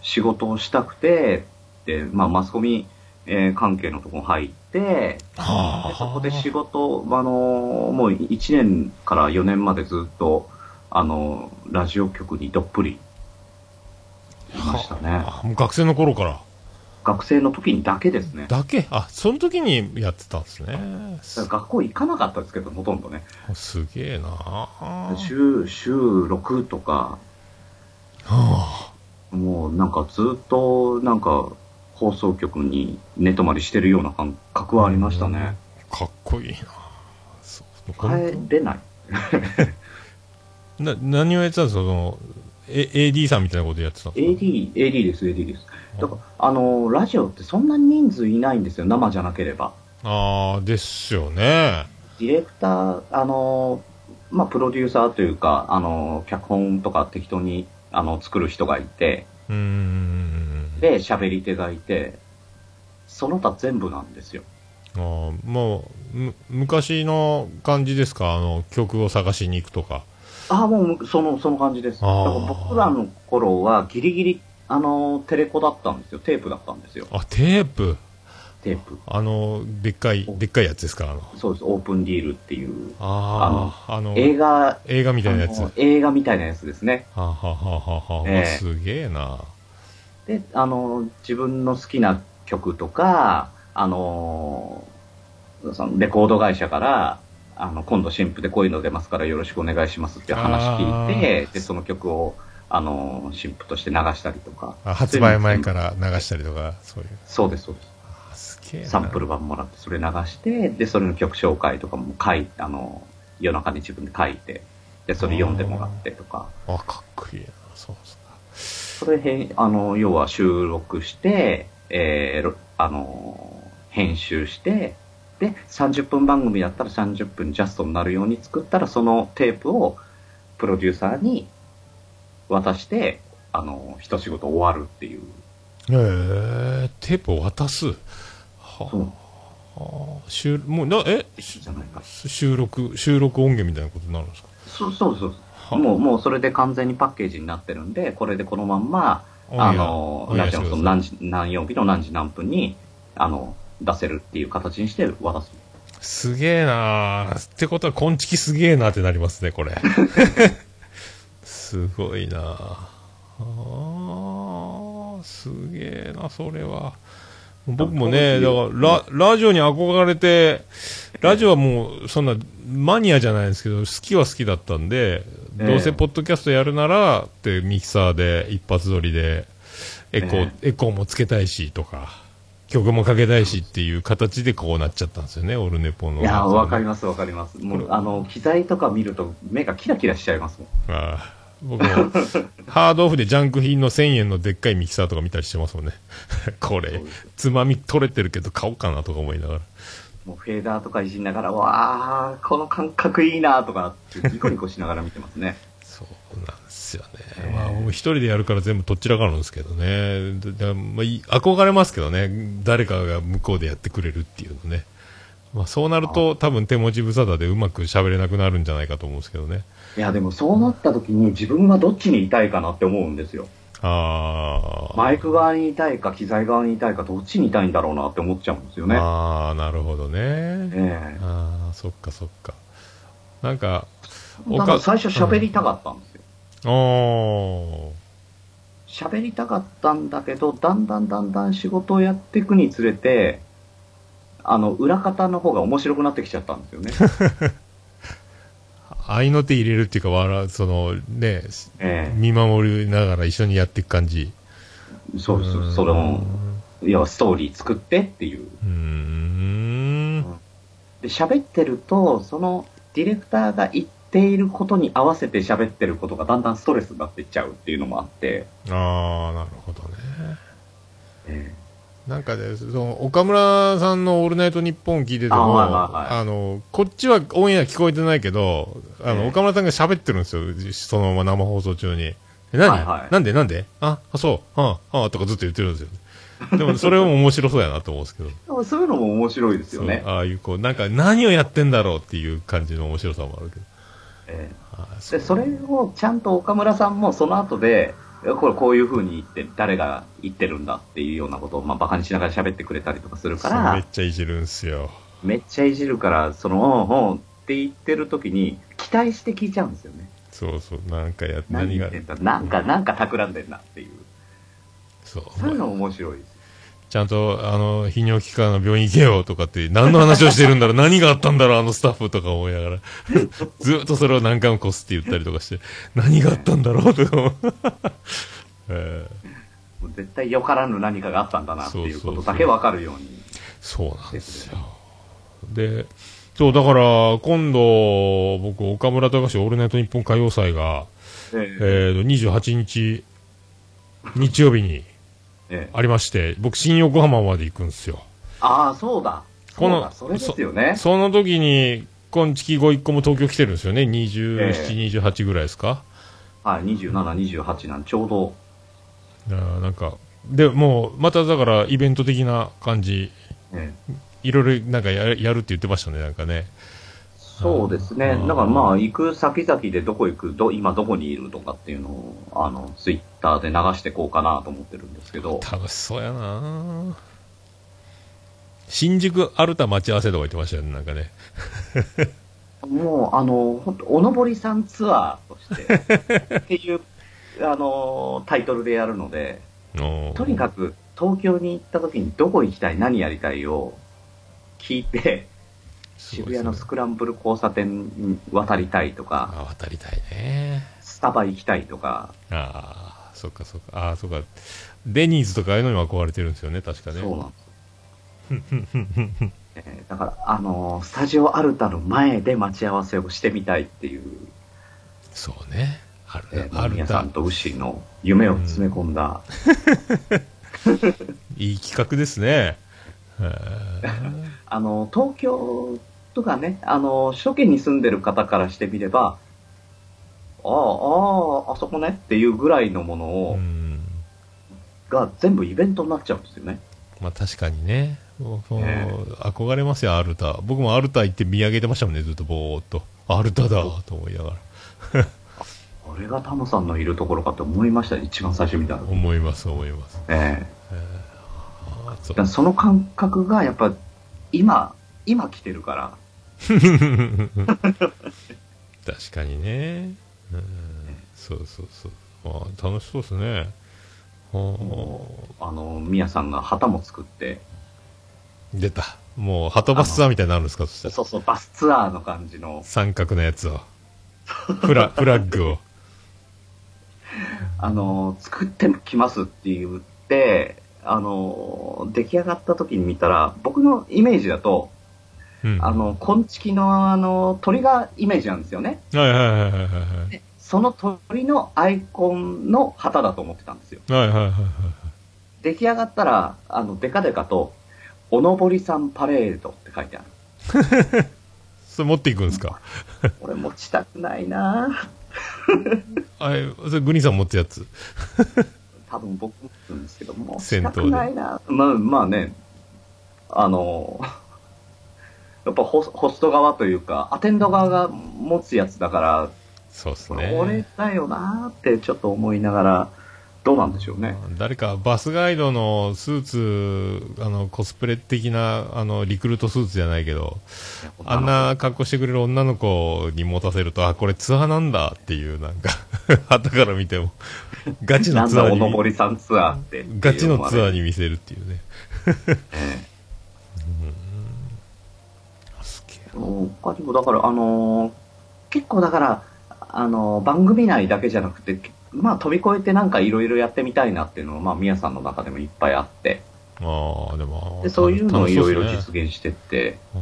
Speaker 1: 仕事をしたくて、で、まあ、マスコミ、えー関係のところ入って、
Speaker 3: は
Speaker 1: でそこで仕事、あのもう1年から4年までずっと、あのラジオ局にどっぷりいましたね。
Speaker 3: あもう学生の頃から
Speaker 1: 学生の時にだけですね。だか
Speaker 3: だけあその時にやってたんですね
Speaker 1: ら
Speaker 3: す
Speaker 1: 学校行かなかったですけど、ほとんどね。
Speaker 3: すげえなあ
Speaker 1: 週、週6とか、
Speaker 3: は
Speaker 1: もうなんかずっと、なんか、放送局に寝泊まりしてるような感覚はありましたね。
Speaker 3: あかっこいいなそう
Speaker 1: 帰れない。
Speaker 3: な何をやってたんですかその、A、AD さんみたいなことやってたんですか
Speaker 1: AD、AD です、AD です。だから、あのラジオってそんなに人数いないんですよ、生じゃなければ。
Speaker 3: ああですよね
Speaker 1: ディレクター、あのまあ、プロデューサーというか、あの脚本とか適当にあの作る人がいて、
Speaker 3: うーん
Speaker 1: で、喋り手がいて、その他全部なんですよ。
Speaker 3: あーもうむ昔の感じですかあの曲を探しに行くとか
Speaker 1: ああ、もうむその、その感じです。だ
Speaker 3: あー
Speaker 1: から僕らの頃は、ギリギリ、あのテレコだったんですよ。テープだったんですよ。
Speaker 3: あテープ
Speaker 1: テープ。
Speaker 3: あのでっかいでっかいやつですかあの
Speaker 1: そうです。オープンディールっていう、
Speaker 3: あーあの
Speaker 1: 映画、
Speaker 3: 映画みたいなやつ
Speaker 1: あ
Speaker 3: は
Speaker 1: の映画みたいなやつですね。
Speaker 3: あはあはあはあはあ
Speaker 1: ええ
Speaker 3: すげえな
Speaker 1: で、あの、自分の好きな曲とか、あの、そのレコード会社から、あの、今度新譜でこういうの出ますからよろしくお願いしますって話聞いて、で、その曲を、あの、新譜として流したりとか。。
Speaker 3: あ発売前からら流したりとか、そういう。
Speaker 1: そうです、そうです。
Speaker 3: あすげえな
Speaker 1: サンプル版もらってそれ流してでそれの曲紹介とかも書いあの夜中に自分で書いてでそれ読んでもらってとか
Speaker 3: あ、かっこいいな。そうそう。
Speaker 1: それへんあの要は収録して、えーろあの編集してで30分番組だったら30分ジャストになるように作ったらそのテープをプロデューサーに渡してあの一仕事終わるっていう
Speaker 3: えー、テープを渡す。
Speaker 1: そう
Speaker 3: はあ、収もうなえし
Speaker 1: じゃないか
Speaker 3: 収録収録音源みたいなことになるんですか。
Speaker 1: そうそうそう
Speaker 3: は
Speaker 1: もうもうそれで完全にパッケージになってるんでこれでこのまんま
Speaker 3: オンエア
Speaker 1: あの
Speaker 3: オンエ
Speaker 1: ラ
Speaker 3: ア
Speaker 1: ジオのその何時何曜日の何時何分にあの出せるっていう形にして渡す
Speaker 3: すげえなーってことは、こんちきすげえなってなりますね、これ。すごいなーあーすげえな、それは。僕もね、だからラ、ラジオに憧れて、ラジオはもう、そんな、マニアじゃないですけど、好きは好きだったんで、
Speaker 1: ええ
Speaker 3: どうせポッドキャストやるなら、ってミキサーで一発撮りで、エコー
Speaker 1: え、
Speaker 3: エコーもつけたいし、とか、曲もかけたいしっていう形でこうなっちゃったんですよね、オルネポの。
Speaker 1: いやーわかり
Speaker 3: ま
Speaker 1: ますわかりますも
Speaker 3: こ
Speaker 1: う
Speaker 3: れ
Speaker 1: あの機材とか見ると目がキラキラしちゃいますもん
Speaker 3: す。あー僕も、 [laughs] ハードオフでジャンク品の1000円のでっかいミキサーとか見たりしてますもんね。 [laughs] これ、つまみ取れてるけど買おうかなとか思いながら。
Speaker 1: もうフェーダーとかいじりながらわあこの感覚いいなとかってニコニコしながら見てます
Speaker 3: [laughs]
Speaker 1: ね
Speaker 3: そうなんですよね。まあ、僕一人でやるから全部とっちらかるんですけどね。だだまあ、い憧れますけどね。誰かが向こうでやってくれるっていうのね。まあ、そうなると多分手持ち無沙汰でうまく喋れなくなるんじゃないかと思うんですけどね。
Speaker 1: いやでもそうなった時に自分はどっちにいたいかなって思うんですよ
Speaker 3: ああ。
Speaker 1: マイク側にいたいか機材側にいたいかどっちにいたいんだろうなって思っちゃうんですよね
Speaker 3: ああ、なるほどね。
Speaker 1: ええ
Speaker 3: ああ、そっかそっか。なんか、お
Speaker 1: だから最初喋りたかったんですよ
Speaker 3: うんおー
Speaker 1: 喋りたかったんだけどだんだんだんだん仕事をやっていくにつれてあの裏方の方が面白くなってきちゃったんですよね、
Speaker 3: 愛の手入れるっていうか、笑う、その、ね、
Speaker 1: え
Speaker 3: 見守りながら一緒にやっていく感じ。
Speaker 1: えそうですそうですそれも要はストーリー作ってっていう
Speaker 3: うーん。
Speaker 1: で喋ってるとそのディレクターが言っていることに合わせて喋ってることがだんだんストレスになっていっちゃうっていうのもあって、
Speaker 3: ああ、なるほどね。
Speaker 1: え
Speaker 3: なんかね、その、岡村さんのオールナイトニッポン聞いてても、
Speaker 1: あはいはいはい
Speaker 3: あの、こっちはオンエア聞こえてないけど、あの、
Speaker 1: ええ
Speaker 3: 岡村さんが喋ってるんですよ、そのまま生放送中に。え何、
Speaker 1: はいはい
Speaker 3: なんでなんであ、あ、そう、あ、あ、とかずっと言ってるんですよ。でも、それも面白そうやなと思うんですけど。
Speaker 1: えでもそういうのも面白いですよ
Speaker 3: そう
Speaker 1: ね、
Speaker 3: ああいう、こう、なんか、何をやってんだろうっていう感じの面白さもあるけど。
Speaker 1: ええ
Speaker 3: ああ
Speaker 1: でそれをちゃんと岡村さんもその後でこれこういう風に言って誰が言ってるんだっていうようなことを、まあ、バカにしながら喋ってくれたりとかするか
Speaker 3: そうめっ
Speaker 1: ら
Speaker 3: ちゃいじるんすよ。
Speaker 1: めっちゃいじるからその「うんうん」って言ってる時に期待して聞いちゃうんですよね
Speaker 3: そうそう、なんかや、
Speaker 1: 何
Speaker 3: 何
Speaker 1: 言っ
Speaker 3: が
Speaker 1: て、んだなんかなんか企んでんなっていう
Speaker 3: そう。
Speaker 1: そういうの面白いです
Speaker 3: ちゃんと、あの、泌尿器科の病院行けよとかって、何の話をしてるんだろう、何があったんだろう、あのスタッフとか思いながら、ずっとそれを何回もこすって言ったりとかして、何があったんだろうとか思う、えー
Speaker 1: もう絶対よからぬ何かがあったんだなっていうことだけ分かるように
Speaker 3: そうなんですよ。で、そう、だから、今度、僕、岡村隆史オールナイト日本歌謡祭が、
Speaker 1: え
Speaker 3: えーと、28日、日曜日に
Speaker 1: えええ
Speaker 3: ありまして、僕、新横浜まで行くんですよ。
Speaker 1: ああそうだ
Speaker 3: こ
Speaker 1: そう
Speaker 3: の
Speaker 1: だそれですよね
Speaker 3: その時に、今月ご一個も東京来てるんですよね。27、
Speaker 1: え
Speaker 3: 28ぐらいですか。
Speaker 1: はい2728なんちょうど
Speaker 3: あーなんか、で、もう、まただから、イベント的な感じ、
Speaker 1: ええ
Speaker 3: いろいろなんかややるって言ってましたね、なんかね。
Speaker 1: そうですね、
Speaker 3: うん
Speaker 1: だからまあ、行く先々でどこ行くど、今どこにいるとかっていうのを、あのツイッターで流していこうかなと思ってるんですけど、
Speaker 3: 楽しそうやな新宿アルタ待ち合わせとか言ってましたよね、なんかね。
Speaker 1: もう、あの本当、おのぼりさんツアーとしてっていうあのタイトルでやるので、とにか
Speaker 3: く。
Speaker 1: く東京に行った時にどこ行きたい何やりたいを聞いて
Speaker 3: すご
Speaker 1: 渋
Speaker 3: いで
Speaker 1: 谷
Speaker 3: すね
Speaker 1: のスクランブル交差点に渡りたいとか
Speaker 3: あ渡りたいね。
Speaker 1: スタバ行きたいとか、
Speaker 3: ああ、そっかそっか。ああ、そっか。デニーズとかああいうのに憧れてるんですよね、確かね。
Speaker 1: そうなん
Speaker 3: [laughs]
Speaker 1: ですえーだからあのースタジオアルタの前で待ち合わせをしてみたいっていう、
Speaker 3: そうね。ある、
Speaker 1: えー
Speaker 3: あ
Speaker 1: 飲み
Speaker 3: る
Speaker 1: 屋さ
Speaker 3: だ
Speaker 1: ん。とウシの夢を詰め込んだ、
Speaker 3: いい企画ですね。へ
Speaker 1: [laughs] あのー東京とかねあのー初期に住んでる方からしてみればあああああそこねっていうぐらいのもの
Speaker 3: え
Speaker 1: を、
Speaker 3: うん。
Speaker 1: が全部イベントになっちゃうんですよね
Speaker 3: まあ確かにね。もう
Speaker 1: ね
Speaker 3: 憧れますよ、アルタ。僕もアルタ行って見上げてましたもんね、ずっとぼーっと。アルタだと思いながら。
Speaker 1: これがタモさんのいるところかと思いました一番最初見た時、
Speaker 3: 思います、思います。
Speaker 1: ええ
Speaker 3: あーそ
Speaker 1: だから
Speaker 3: う
Speaker 1: その感覚がやっぱ今今来てるから
Speaker 3: 確かにね。うん。そうそうそう。あー楽しそうですね。ほ
Speaker 1: あのミヤさんが旗も作って
Speaker 3: ー出た。もう、ハトバスツアーみたいになるんですか、そしたら。
Speaker 1: そうそうバスツアーの感じの
Speaker 3: 三角のやつを。フラ、フラッグを。
Speaker 1: あの作ってきますって言ってあの出来上がった時に見たら僕のイメージだと
Speaker 3: うん。
Speaker 1: あの昆虫のあの鳥がイメージなんですよね
Speaker 3: はいはいはいはいはいはい。
Speaker 1: その鳥のアイコンの旗だと思ってたんですよ
Speaker 3: はいはいはいはい。
Speaker 1: 出来上がったらあのデカデカと「おのぼりさんパレード」って書い
Speaker 3: [laughs]
Speaker 1: てある
Speaker 3: それ持っていくんですか
Speaker 1: 俺持ちたくないなぁ
Speaker 3: あれ、それグニーさん持ってやつ。
Speaker 1: 多分僕も持つんですけども、
Speaker 3: 戦闘で
Speaker 1: したくないなぁまあ、まあね、あの、 [laughs] やっぱホスホスト側というか、アテンド側が持つやつだから、
Speaker 3: そうっす
Speaker 1: こ
Speaker 3: ね。
Speaker 1: れ俺だよなぁってちょっと思いながら、どうなんでしょうね。
Speaker 3: 誰かバスガイドのスーツ、あの、コスプレ的な、あの、リクルートスーツじゃないけど、あんな格好してくれる女の子に持たせると、あ、これツアーなんだっていう、なんか、 [laughs] 旗から見ても、ガチ
Speaker 1: な
Speaker 3: の
Speaker 1: ん
Speaker 3: ツア
Speaker 1: だ、
Speaker 3: ー
Speaker 1: おのぼ
Speaker 3: に、
Speaker 1: りさんツアーってっていうはね。
Speaker 3: ガチのツアーに見せるっていうね。
Speaker 1: ええ
Speaker 3: すげえ
Speaker 1: 他にもだから、あのー結構だから、あのー番組内だけじゃなくて、まあ、飛び越えてなんかいろいろやってみたいなっていうのは、まあ、宮さんの中でもいっぱいあって、
Speaker 3: ああ、でも、
Speaker 1: でそういうのを
Speaker 3: 楽
Speaker 1: い
Speaker 3: しそ
Speaker 1: ろ
Speaker 3: う
Speaker 1: い
Speaker 3: っす
Speaker 1: ろ実
Speaker 3: ね
Speaker 1: 現してって、
Speaker 3: あ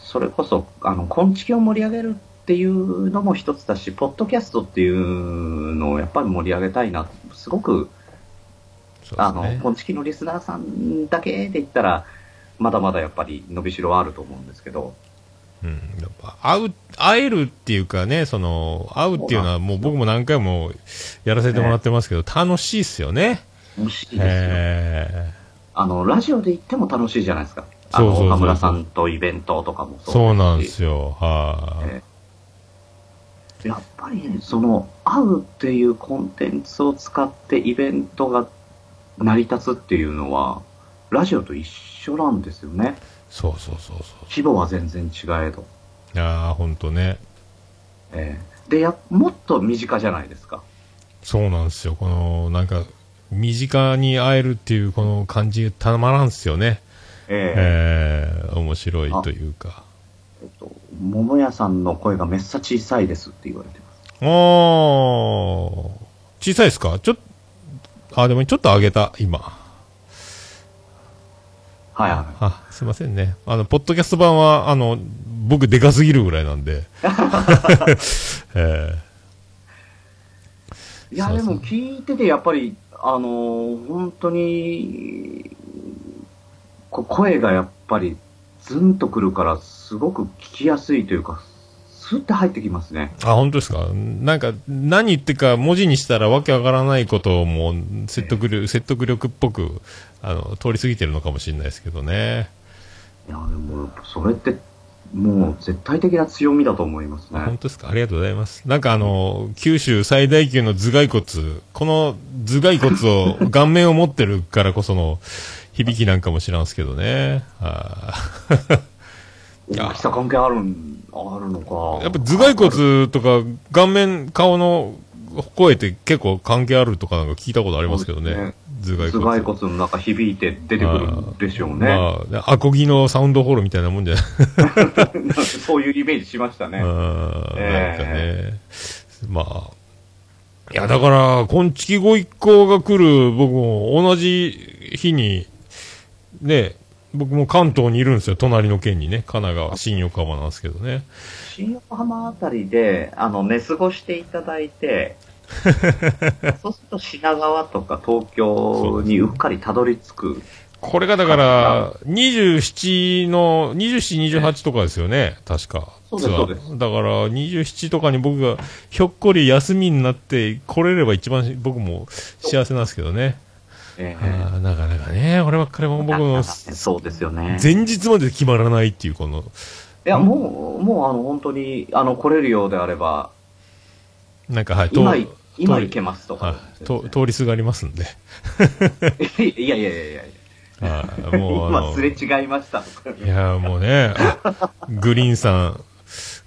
Speaker 1: それこそ、あの、昆虫を盛り上げるっていうのも一つだし、ポッドキャストっていうのをやっぱり盛り上げたいな、すごく、あ
Speaker 3: ーそうっす
Speaker 1: の、
Speaker 3: ね
Speaker 1: 昆虫のリスナーさんだけで言ったら、まだまだやっぱり伸びしろはあると思うんですけど、
Speaker 3: うん、やっぱ会う会えるっていうかねその会うっていうのはもう僕も何回もやらせてもらってますけど、楽しいっすよね
Speaker 1: 楽しいですよね。
Speaker 3: え
Speaker 1: あの、ラジオで言っても楽しいじゃないですか。あ
Speaker 3: そう
Speaker 1: の、
Speaker 3: そうそうそう
Speaker 1: 岡村さんとイベントとかも
Speaker 3: ーそうなん
Speaker 1: で
Speaker 3: です
Speaker 1: し
Speaker 3: すよはい、
Speaker 1: えやっぱりね、その、会うっていうコンテンツを使ってイベントが成り立つっていうのは、ラジオと一緒なんですよね。
Speaker 3: そうそうそうそう
Speaker 1: 規模は全然違えど。
Speaker 3: いやーほんとね
Speaker 1: ええでや、もっと身近じゃないですか。
Speaker 3: そうなんですよこのなんか身近に会えるっていうこの感じたまらんっすよね
Speaker 1: ええ
Speaker 3: えー面白いというか
Speaker 1: えっと、桃屋さんの声がめっさ小さいですって言われてます。
Speaker 3: あー小さいですかちょっあでもちょっと上げた今
Speaker 1: はいは
Speaker 3: あ、すいませんね。あの、ポッドキャスト版は、あの、僕でかすぎるぐらいなんで。 [laughs] え
Speaker 1: い。いや、
Speaker 3: そう
Speaker 1: で
Speaker 3: そう
Speaker 1: も聞いてて、やっぱり、あのー本当に、こ声がやっぱり、ズンとくるから、すごく聞きやすいというか、スッて入ってきますね。
Speaker 3: ーあ、本当ですかなんか、何言ってか文字にしたらわけわからないことをもう説得力、説得力っぽく、あの、通り過ぎてるのかもしれないですけどね。
Speaker 1: いや、でも、それって、もう絶対的な強みだと思います
Speaker 3: あ本
Speaker 1: ね。
Speaker 3: 当ですかありがとうございます。なんかあの、九州最大級の頭蓋骨、この頭蓋骨を、顔面を持ってるからこその響きなんかも知らんすけどね。あーや
Speaker 1: 大きさ関係あるん、あるのか。
Speaker 3: やっぱ頭蓋骨とか顔面、顔の声って結構関係あるとかなんか聞いたことありますけどね。
Speaker 1: そうですね
Speaker 3: 頭蓋
Speaker 1: 頭蓋
Speaker 3: 骨。
Speaker 1: 骨の中響いて出てくるんでしょうね。 [laughs]
Speaker 3: まあね、アコギのサウンドホールみたいなもんじゃない。
Speaker 1: そういうイメージしましたね。
Speaker 3: あーなんかね、
Speaker 1: え
Speaker 3: まあ、いや、だから、今月ご一行が来る、僕も同じ日に、ね、僕も関東にいるんですよ、隣の県にね、神奈川、新横浜なんですけどね。
Speaker 1: 新横浜あたりで、あの、寝過ごしていただい
Speaker 3: [laughs]
Speaker 1: て、そうすると品川とか東京にうっかりたどり着く。
Speaker 3: これがだから、27の、27、28とかですよね、確か。
Speaker 1: そうです
Speaker 3: ツアー
Speaker 1: そうです
Speaker 3: だから、27とかに僕が、ひょっこり休みになって、来れれば一番僕も幸せなんですけどね。
Speaker 1: ええ
Speaker 3: あーなかなかね、俺ばっかりも僕の
Speaker 1: [laughs] なかなかねそうですよね。
Speaker 3: 前日まで決まらないっていう、この、
Speaker 1: いや、もう、もうあの、本当に、あの、来れるようであれば、
Speaker 3: なんか、はい、
Speaker 1: 今
Speaker 3: 通
Speaker 1: い、今行けますとか
Speaker 3: は。い、と通りすがります
Speaker 1: [laughs]
Speaker 3: んで、
Speaker 1: いやいやいやいや。
Speaker 3: はい、もう、あ
Speaker 1: 今
Speaker 3: の、
Speaker 1: すれ違いましたとか。
Speaker 3: いやーもうね、あグリーンさん、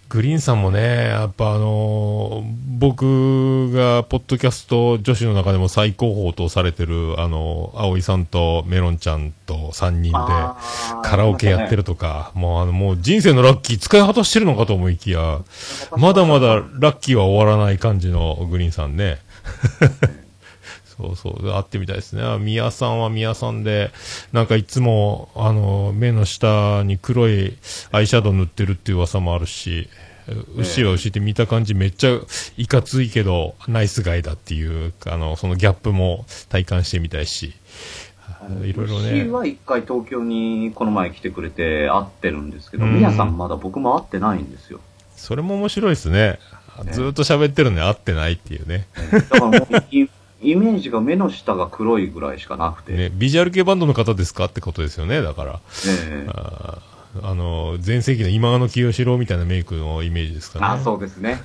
Speaker 3: グリーンさんもね、やっぱあのー僕がポッドキャスト女子の中でも最高峰とされてる、あのー、葵さんとメロンちゃんと3人で、
Speaker 1: あー
Speaker 3: カラオケやってるとか、もうあの、もう人生のラッキー使い果たしてるのかと思いきや、まだまだラッキーは終わらない感じのグリーンさんね。 [laughs] そうそう、会ってみたいですね。あ宮さんは宮さんで、なんかいつも、あの、目の下に黒いアイシャドウ塗ってるっていう噂もあるし、牛は牛って見た感じめっちゃいかついけど、ナイスガイだっていう、あの、そのギャップも体感してみたいし、いろいろね。
Speaker 1: 牛は一回東京にこの前来てくれて会ってるんですけど、
Speaker 3: うん
Speaker 1: みやさんまだ僕も会ってないんですよ。
Speaker 3: それも面白いですね。
Speaker 1: ね
Speaker 3: ずーっと喋ってるのに合ってないっていうね。
Speaker 1: だからもうイ [laughs] イメージが目の下が黒いぐらいしかなくて。
Speaker 3: ね、ビジュアル系バンドの方ですかってことですよね、だから。
Speaker 1: ええ
Speaker 3: あーあの、前世紀の今川の清志郎みたいなメイクのイメージですかね。
Speaker 1: あ、そうですね。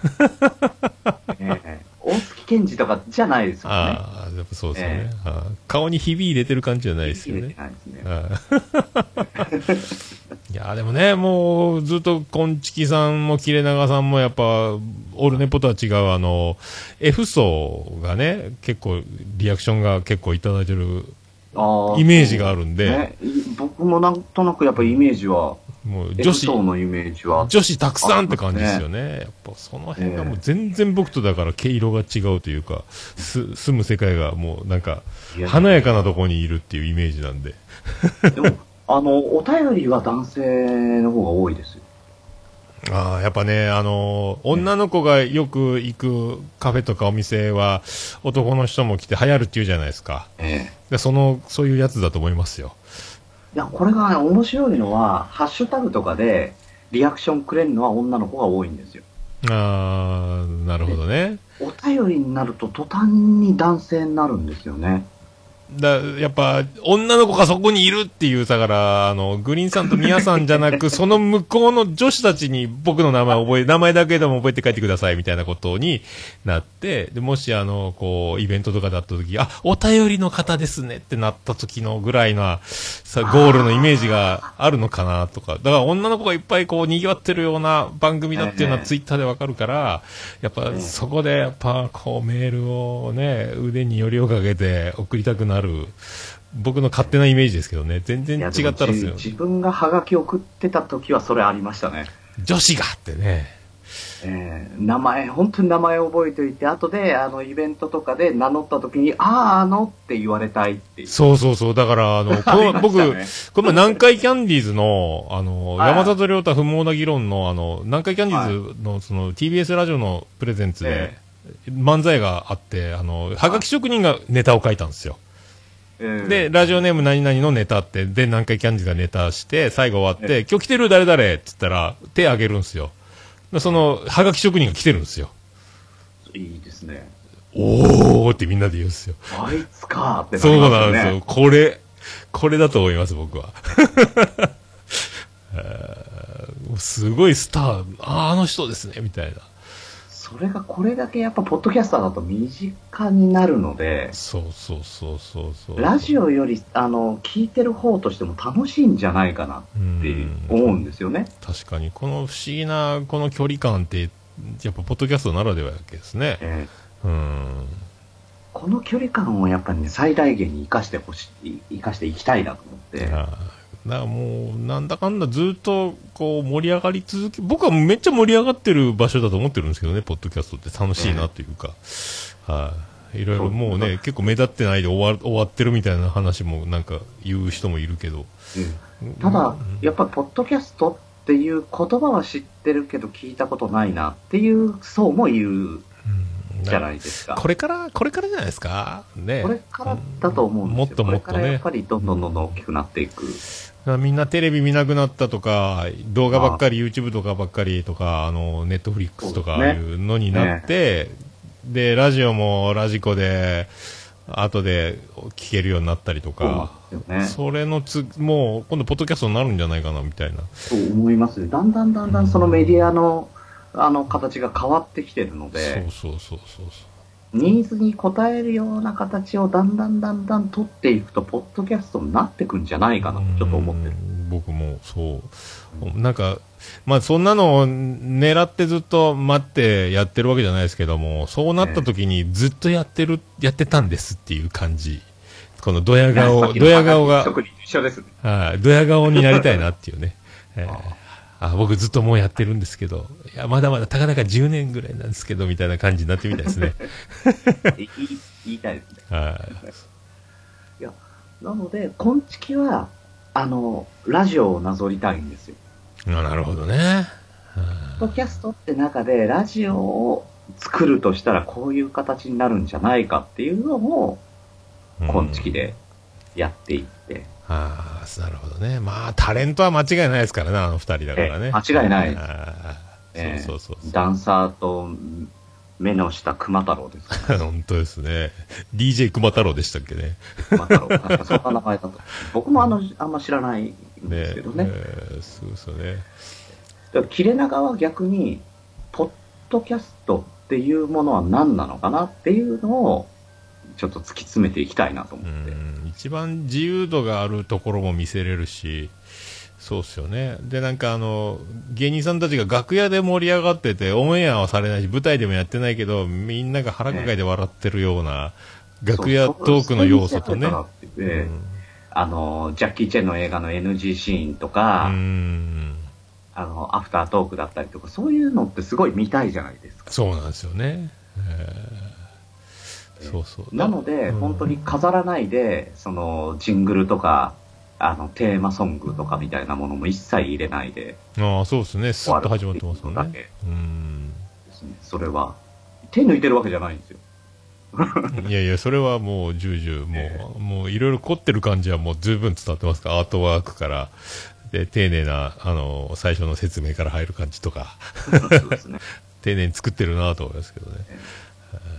Speaker 1: [laughs] ええ大月健二とかじゃないですよね。
Speaker 3: あーやっぱそうですよ
Speaker 1: え。
Speaker 3: ねあー顔にひび入れてる感じじゃないですよ
Speaker 1: 入れ
Speaker 3: ね
Speaker 1: て。ないですね
Speaker 3: あ [laughs] ーいやーでもね、もうずっと、こんちきさんも、切れ長さんも、やっぱ、オルネポとは違う、あの、F 層がね、結構、リアクションが結構いただいてる
Speaker 1: あ
Speaker 3: イメージがあるんで、
Speaker 1: ね、い僕もなんとなくやっぱイメージは、
Speaker 3: もう
Speaker 1: 女
Speaker 3: 女
Speaker 1: 子
Speaker 3: 子、
Speaker 1: のイメージは、
Speaker 3: 女子たくさんって感じですよね。やっぱその辺がもう全然僕とだから毛色が違うというか、す住む世界がもうなんか
Speaker 1: いや
Speaker 3: 華やかなとこにいるっていうイメージなんで。
Speaker 1: でも、あの、お便りは男性の方が多いですよ。
Speaker 3: ああ、やっぱね、あのー女の子がよく行くカフェとかお店は男の人も来て流行るっていうじゃないですか。
Speaker 1: ええ
Speaker 3: でその、そういうやつだと思いますよ。
Speaker 1: いや、これがね面白いのは、ハッシュタグとかで、リアクションくれるのは女の子が多いんですよ。
Speaker 3: ああ、なるほどね。
Speaker 1: お便りになると途端に男性になるんですよね。
Speaker 3: だやっぱ、女の子がそこにいるっていう、だから、あの、グリーンさんとミヤさんじゃなく、その向こうの女子たちに僕の名前を覚え、名前だけでも覚えて帰ってくださいみたいなことになって、で、もし、あの、こう、イベントとかだった時、あ、お便りの方ですねってなった時のぐらいな、さ、ゴールのイメージがあるのかなとか、だから女の子がいっぱいこう、賑わってるような番組だっていうのは
Speaker 1: ええ
Speaker 3: ツイッターでわかるから、やっぱそこでやっぱこうメールをね、腕によりをかけて送りたくなる、僕の勝手なイメージですけどね、全然
Speaker 1: いや
Speaker 3: 違ったらです
Speaker 1: でも
Speaker 3: よ
Speaker 1: じ。自分がハガキ送ってた時はそれありましたね。
Speaker 3: 女子がってね。
Speaker 1: ええ名前、本当に名前覚えておいて、後で、あの、イベントとかで名乗った時に、ああ、あのって言われたいっていう。
Speaker 3: そうそうそう。だから、
Speaker 1: [laughs]
Speaker 3: あの、この僕、
Speaker 1: ありま
Speaker 3: この前南海キャンディーズの、あの、
Speaker 1: はい
Speaker 3: 山里亮太不毛な議論の、あの、南海キャンディーズの、その、TBS ラジオのプレゼンツで
Speaker 1: え、
Speaker 3: 漫才があって、あの、はがき職人がネタを書いたんですよ。
Speaker 1: ええ
Speaker 3: で、ラジオネーム何々のネタって、で、南海キャンディーズがネタして、最後終わって、今日来てる誰々って言ったら、手挙げるんですよ。でその、はがき職人が来てるんですよ。
Speaker 1: いいですね。
Speaker 3: おーってみんなで言うんですよ。
Speaker 1: あいつかーって
Speaker 3: そ
Speaker 1: り
Speaker 3: う
Speaker 1: ます
Speaker 3: な
Speaker 1: よ
Speaker 3: ん
Speaker 1: ね
Speaker 3: ですよ。これ、これだと思います、僕は。 [laughs] えーすごいスター、あーあの人ですね、みたいな。
Speaker 1: それがこれだけやっぱポッドキャスターだと身近になるので、
Speaker 3: そうそうそうそうそう。
Speaker 1: ラジオよりあの聞いてる方としても楽しいんじゃないかなって思うんですよね。
Speaker 3: 確かに、この不思議な、この距離感って、やっぱ、ポッドキャストならではやけですね。
Speaker 1: ええ
Speaker 3: うん。
Speaker 1: この距離感をやっぱりね、最大限に生かしてほしい、生かしていきたいなと思って。
Speaker 3: はいだからもう、なんだかんだずっとこう盛り上がり続け、僕はめっちゃ盛り上がってる場所だと思ってるんですけどね、ポッドキャストって楽しいなというか、はい、いろいろもうね、結構目立ってないで終わる終わってるみたいな話もなんか言う人もいるけど、
Speaker 1: うんただ、やっぱりポッドキャストっていう言葉は知ってるけど聞いたことないなっていう層もいる
Speaker 3: うん
Speaker 1: じゃないですか。
Speaker 3: これから、これからじゃないですか、ね、
Speaker 1: これからだと思うんですよ。
Speaker 3: もっともっ
Speaker 1: こ
Speaker 3: とね
Speaker 1: れからやっぱりどんどんどんどん大きくなっていく。
Speaker 3: みんなテレビ見なくなったとか、動画ばっかり、YouTube とかばっかりとか、あの、ネットフリックスとか
Speaker 1: そうですね
Speaker 3: いうのになって、で、ラジオもラジコで、後で聞けるようになったりとか、
Speaker 1: そうなんですよね。
Speaker 3: それのつ、もう、今度、ポッドキャストになるんじゃないかな、みたいな。
Speaker 1: そう思いますね。だんだんだんだんそのメディアの、あの、形が変わってきてるので、
Speaker 3: そうそうそうそうそう。
Speaker 1: ニーズに応えるような形をだんだんだんだん取っていくと、ポッドキャストになってくんじゃないかなと、ちょっと思ってる。
Speaker 3: うん僕もそうなんかまあそんなのを狙ってずっと待ってやってるわけじゃないですけどもそうなった時にずっとやってるやってたんですっていう感じこのドヤ
Speaker 1: さ
Speaker 3: 顔
Speaker 1: っき
Speaker 3: ド
Speaker 1: の
Speaker 3: ヤ顔が
Speaker 1: 職人と一緒ですね。
Speaker 3: はいドヤ顔になりたいなっていう
Speaker 1: [laughs]
Speaker 3: ね、えーあ僕ずっともうやってるんですけどいやまだまだたかだか10年ぐらいなんですけどみたいな感じになってみたいですね
Speaker 1: いい言いたいですね。
Speaker 3: はい
Speaker 1: いや、なので、今月は、あの、ラジオをなぞりたいんですよ。
Speaker 3: あなるほどね
Speaker 1: ポッドキャストって中でラジオを作るとしたらこういう形になるんじゃないかっていうのを
Speaker 3: うん
Speaker 1: 今月でやっていって、
Speaker 3: ああ、なるほどね。まあ、タレントは間違いないですからね、あの二人だからね。
Speaker 1: ええ間違いない
Speaker 3: あ
Speaker 1: え
Speaker 3: ー
Speaker 1: え
Speaker 3: そうそうそう
Speaker 1: ダンサーと目の下熊太郎ですか
Speaker 3: [laughs] そう。本当ですね。DJ 熊太郎でしたっけね。
Speaker 1: 熊太郎確かそんな名前だと僕もあのあんま知らないん
Speaker 3: ね
Speaker 1: ですけどね
Speaker 3: えーそうそうね。
Speaker 1: だから切れ長は逆にポッドキャストっていうものは何なのかなっていうのをちょっと突き詰めていきたいなと思
Speaker 3: う
Speaker 1: って、
Speaker 3: ん、一番自由度があるところも見せれるし、そうっすよね。で、なんかあの、芸人さんたちが楽屋で盛り上がってて、オンエアはされないし、舞台でもやってないけど、みんなが腹抱えて笑ってるような、楽屋トークの要素
Speaker 1: そう
Speaker 3: とね。
Speaker 1: いう世界だなって
Speaker 3: うん
Speaker 1: あの、ジャッキー・チェンの映画の NG シーンとか、
Speaker 3: うん
Speaker 1: あの、アフタートークだったりとか、そういうのってすごい見たいじゃないですか。
Speaker 3: そうなんですよね。えーそうそう。
Speaker 1: なので、
Speaker 3: うん
Speaker 1: 本当に飾らないで、その、ジングルとか、あの、テーマソングとかみたいなものも一切入れないで
Speaker 3: ああ、そうですね。ス
Speaker 1: 終
Speaker 3: ッ
Speaker 1: わ
Speaker 3: と
Speaker 1: る
Speaker 3: 始まってますもん
Speaker 1: だけ
Speaker 3: ね。うん。
Speaker 1: ですね。それは、手抜いてるわけじゃないん
Speaker 3: [laughs]
Speaker 1: ですよ。
Speaker 3: いやいや、それはもう、重々、もう、
Speaker 1: え
Speaker 3: もう、いろいろ凝ってる感じはもう十分伝わってますから、アートワークから、で、丁寧な、あの、最初の説明から入る感じとか、
Speaker 1: そうですね。
Speaker 3: 丁寧に作ってるなと思いますけどね。
Speaker 1: え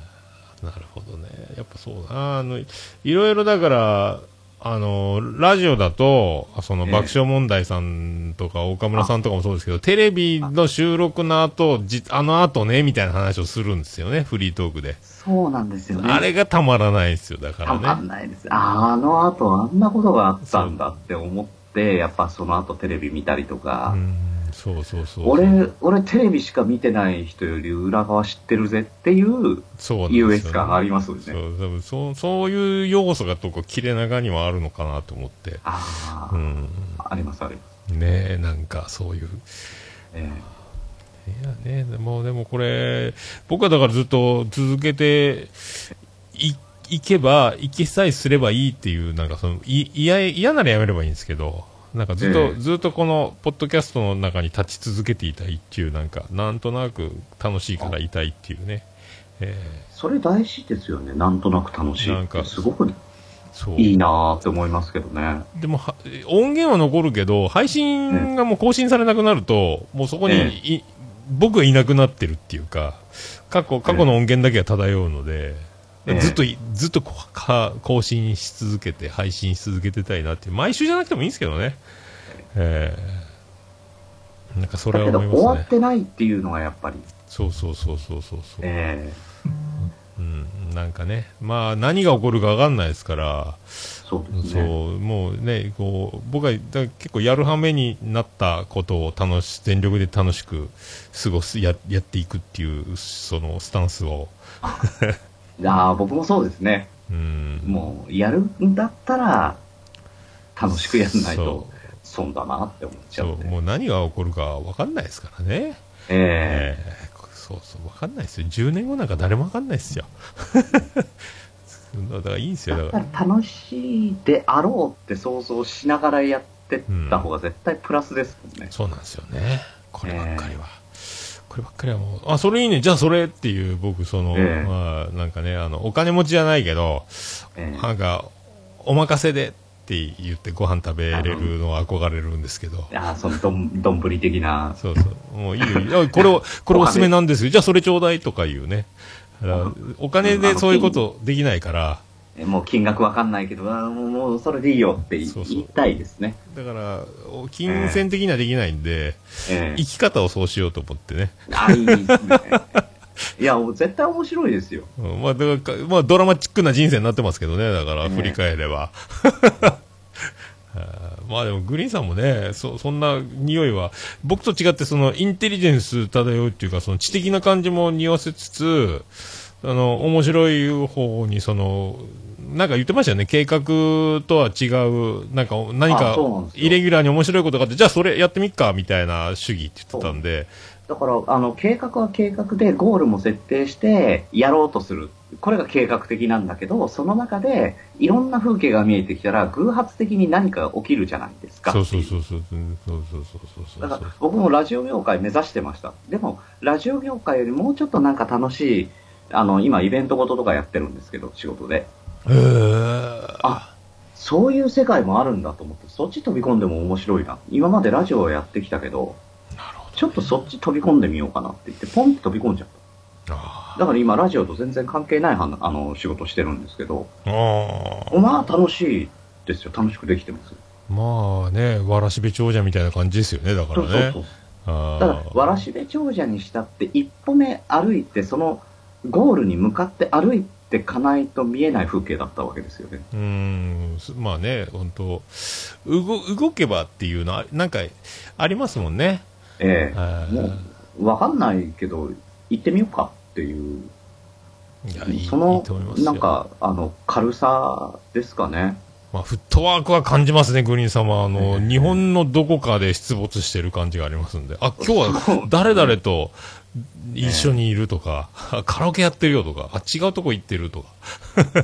Speaker 3: なるほどね。やっぱそうだな。あの、いろいろだから、あの、ラジオだと、その
Speaker 1: ええ
Speaker 3: 爆笑問題さんとか岡村さんとかもそうですけど、テレビの収録の後、じあの後ね、みたいな話をするんですよね、フリートークで。
Speaker 1: そうなんですよね。
Speaker 3: あれがたまらないですよ、だか
Speaker 1: たま
Speaker 3: ら
Speaker 1: ん
Speaker 3: ね。
Speaker 1: ないです。あの後あんなことがあったんだって思って、やっぱその後テレビ見たりとか、
Speaker 3: うん、そうそうそう。
Speaker 1: 俺、俺テレビしか見てない人より裏側知ってるぜっていう
Speaker 3: そうなんですよね
Speaker 1: 優越感ありますよ
Speaker 3: そ
Speaker 1: ね。
Speaker 3: う、多分そう、そういう要素がとこ、切れ長にはあるのかなと思って。
Speaker 1: ああ、
Speaker 3: うん。
Speaker 1: ありますあります。
Speaker 3: ねえ、なんかそういう。
Speaker 1: え
Speaker 3: いやね、もうでもこれ、僕はだからずっと続けていいけば、いけさえすればいいっていう、なんかその、い嫌い嫌ならやめればいいんですけど、なんかずっと、
Speaker 1: ええ
Speaker 3: ずっとこの、ポッドキャストの中に立ち続けていたいっていう、なんか、なんとなく楽しいからいたいっていうね。え
Speaker 1: えそれ大事ですよね。なんとなく楽しい。
Speaker 3: なんか
Speaker 1: すごく
Speaker 3: えそう。
Speaker 1: いいなーって思いますけどね。
Speaker 3: でもは、音源は残るけど、配信がもう更新されなくなると、もうそこに
Speaker 1: え
Speaker 3: い、僕がいなくなってるっていうか、過去、過去の音源だけが漂うので、
Speaker 1: ええ
Speaker 3: ずっとい、ずっとこか更新し続けて、配信し続けてたいなって、毎週じゃなくてもいいんですけどね。ええなんかそれ
Speaker 1: だ
Speaker 3: は
Speaker 1: けど
Speaker 3: 思い
Speaker 1: 終わ
Speaker 3: ま
Speaker 1: っ
Speaker 3: すね。
Speaker 1: てないっていうのがやっぱり、
Speaker 3: そうそうそうそうそうそう。
Speaker 1: え
Speaker 3: うん、なんかね、まあ何が起こるかわかんないですから、
Speaker 1: そうです
Speaker 3: そ
Speaker 1: ね。
Speaker 3: う、もうね、こう、僕はだから結構やるはめになったことを楽し、全力で楽しく過ごす、ややっていくっていう、そのスタンスを、
Speaker 1: ああ、僕もそうですね。
Speaker 3: うん、
Speaker 1: もう、やるんだったら、楽しくやらないと
Speaker 3: そ、
Speaker 1: 損だなって思っちゃ
Speaker 3: そうう、
Speaker 1: んで。
Speaker 3: もう何が起こるかわかんないですからね。
Speaker 1: え
Speaker 3: ええそうそう、わかんないですよ。10年後なんか誰もわかんないですよ。 [laughs] だからいいんです
Speaker 1: え
Speaker 3: よ、だか
Speaker 1: だ
Speaker 3: ら。
Speaker 1: から楽しいであろうって想像しながらやってった方が絶対プラスですもんね。
Speaker 3: そうなんですよね。こればっかりは。こればっかりはもう、あ、それいいね、じゃあそれっていう、僕、その、
Speaker 1: ええ
Speaker 3: まあ、なんかね、あの、お金持ちじゃないけど、
Speaker 1: ええ
Speaker 3: なんか、お任せでって言ってご飯食べれるのは憧れるんですけど。
Speaker 1: ああ、そのどん、どんぶり的な。
Speaker 3: そうそう。もういいよいいよ。あこ [laughs] れを、これおすすめなんですよ。じゃあそれちょうだいとかいうね。だからお金でそういうことできないから、
Speaker 1: えもう金額わかんないけど、あーもうもうそれでいいよって言い
Speaker 3: そうそう
Speaker 1: 言いたいですね。
Speaker 3: だから、お金銭的にはできないんで、
Speaker 1: ええ
Speaker 3: 生き方をそうしようと思ってね。
Speaker 1: あいいですね。 [laughs] いや、もう絶対面白いですよ。
Speaker 3: うんまあ、だから、まあ、ドラマチックな人生になってますけどね、だから、
Speaker 1: ええ
Speaker 3: 振り返れば。 [laughs] あーまあでも、グリーンさんもね、そ、そんな匂いは、僕と違って、その、インテリジェンス漂うっていうか、その、知的な感じも匂わせつつ、あの、面白い方に、その、なんか言ってましたよね、計画とは違う、なんか、
Speaker 1: あ
Speaker 3: 何か
Speaker 1: そうなんで、すよ
Speaker 3: イレギュラーに面白いことがあって、じゃあそれやってみっか、みたいな主義って言ってたんで、
Speaker 1: だから、あの、計画は計画で、ゴールも設定して、やろうとする。これが計画的なんだけど、その中で、いろんな風景が見えてきたら、偶発的に何かが起きるじゃないですか。
Speaker 3: そうそうそうそう、うんそうそうそうそうそう
Speaker 1: だか
Speaker 3: そう
Speaker 1: ら。僕もラジオ業界目指してました。でも、ラジオ業界よりもうちょっとなんか楽しい、あの、今イベントごととかやってるんですけど、仕事で。
Speaker 3: へー
Speaker 1: あ、そういう世界もあるんだと思って、そっち飛び込んでも面白いな。今までラジオをやってきたけど、
Speaker 3: なるほどね
Speaker 1: ちょっとそっち飛び込んでみようかなって言って、ポンって飛び込んじゃった。
Speaker 3: あ
Speaker 1: だから今、ラジオと全然関係ないはなあの仕事してるんですけど、
Speaker 3: ーあー
Speaker 1: まあ楽しいですよ。楽しくできてます。
Speaker 3: まあねわらしべ長者みたいな感じですよねだか
Speaker 1: そ
Speaker 3: ら
Speaker 1: う
Speaker 3: ね
Speaker 1: そうそう。
Speaker 3: あ
Speaker 1: ただ
Speaker 3: ー
Speaker 1: わらしべ長者にしたって一歩目歩いてそのゴールに向かって歩いてかないと見えない風景だったわけですよね。
Speaker 3: うーんすまあね本当動動けばっていうのはなんかありますもんね
Speaker 1: ええ
Speaker 3: あー
Speaker 1: もうわかんないけど行ってみようかっていう
Speaker 3: いやいいいい
Speaker 1: その
Speaker 3: と思いますよ
Speaker 1: なんかあの軽さですかね。
Speaker 3: まあ、フットワークは感じますね、グリーン様。あの、
Speaker 1: ええ
Speaker 3: 日本のどこかで出没してる感じがありますんで。あ、今日は誰々と一緒にいると [laughs] か、カラオケやってるよとか、あ、違うとこ行ってるとか。あ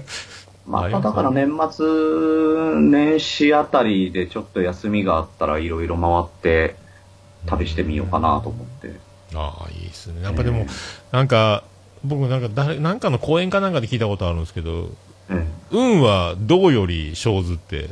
Speaker 1: ま
Speaker 3: り
Speaker 1: た
Speaker 3: ますね
Speaker 1: だから年末年始あたりでちょっと休みがあったらいろいろ回って旅してみようかなと思って。
Speaker 3: ああ、いいですね。なんかでも、なんか、僕なんか誰、なんかの講演かなんかで聞いたことあるんですけど、
Speaker 1: ええ
Speaker 3: 運はどうより生ずって、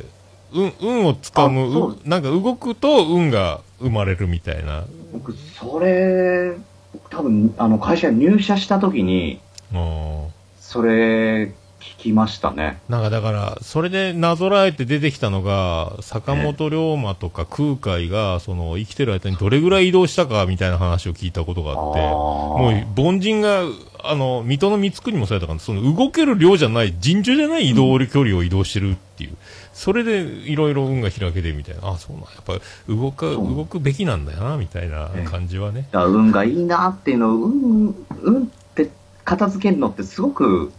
Speaker 3: 運、運をつかむ、
Speaker 1: あそう
Speaker 3: うなんか動くと運が生まれるみたいな。
Speaker 1: 僕、それ、僕多分、あの、会社に入社した時に、
Speaker 3: うん
Speaker 1: それ、聞きましたね。
Speaker 3: なんかだから、それでなぞらえて出てきたのが、坂本龍馬とか空海が、その生きてる間にどれぐらい移動したかみたいな話を聞いたことがあって、もう凡人が、あの、水戸の光圀もそうやったから、その動ける量じゃない、尋常じゃない移動距離を移動してるっていう、それでいろいろ運が開けてみたいな、あ、そうなん、やっぱ動か、
Speaker 1: そう
Speaker 3: 動くべきなんだよな、みたいな感じはね。
Speaker 1: だから運がいいなっていうのを、運、運って片付けるのってすごく
Speaker 3: うん。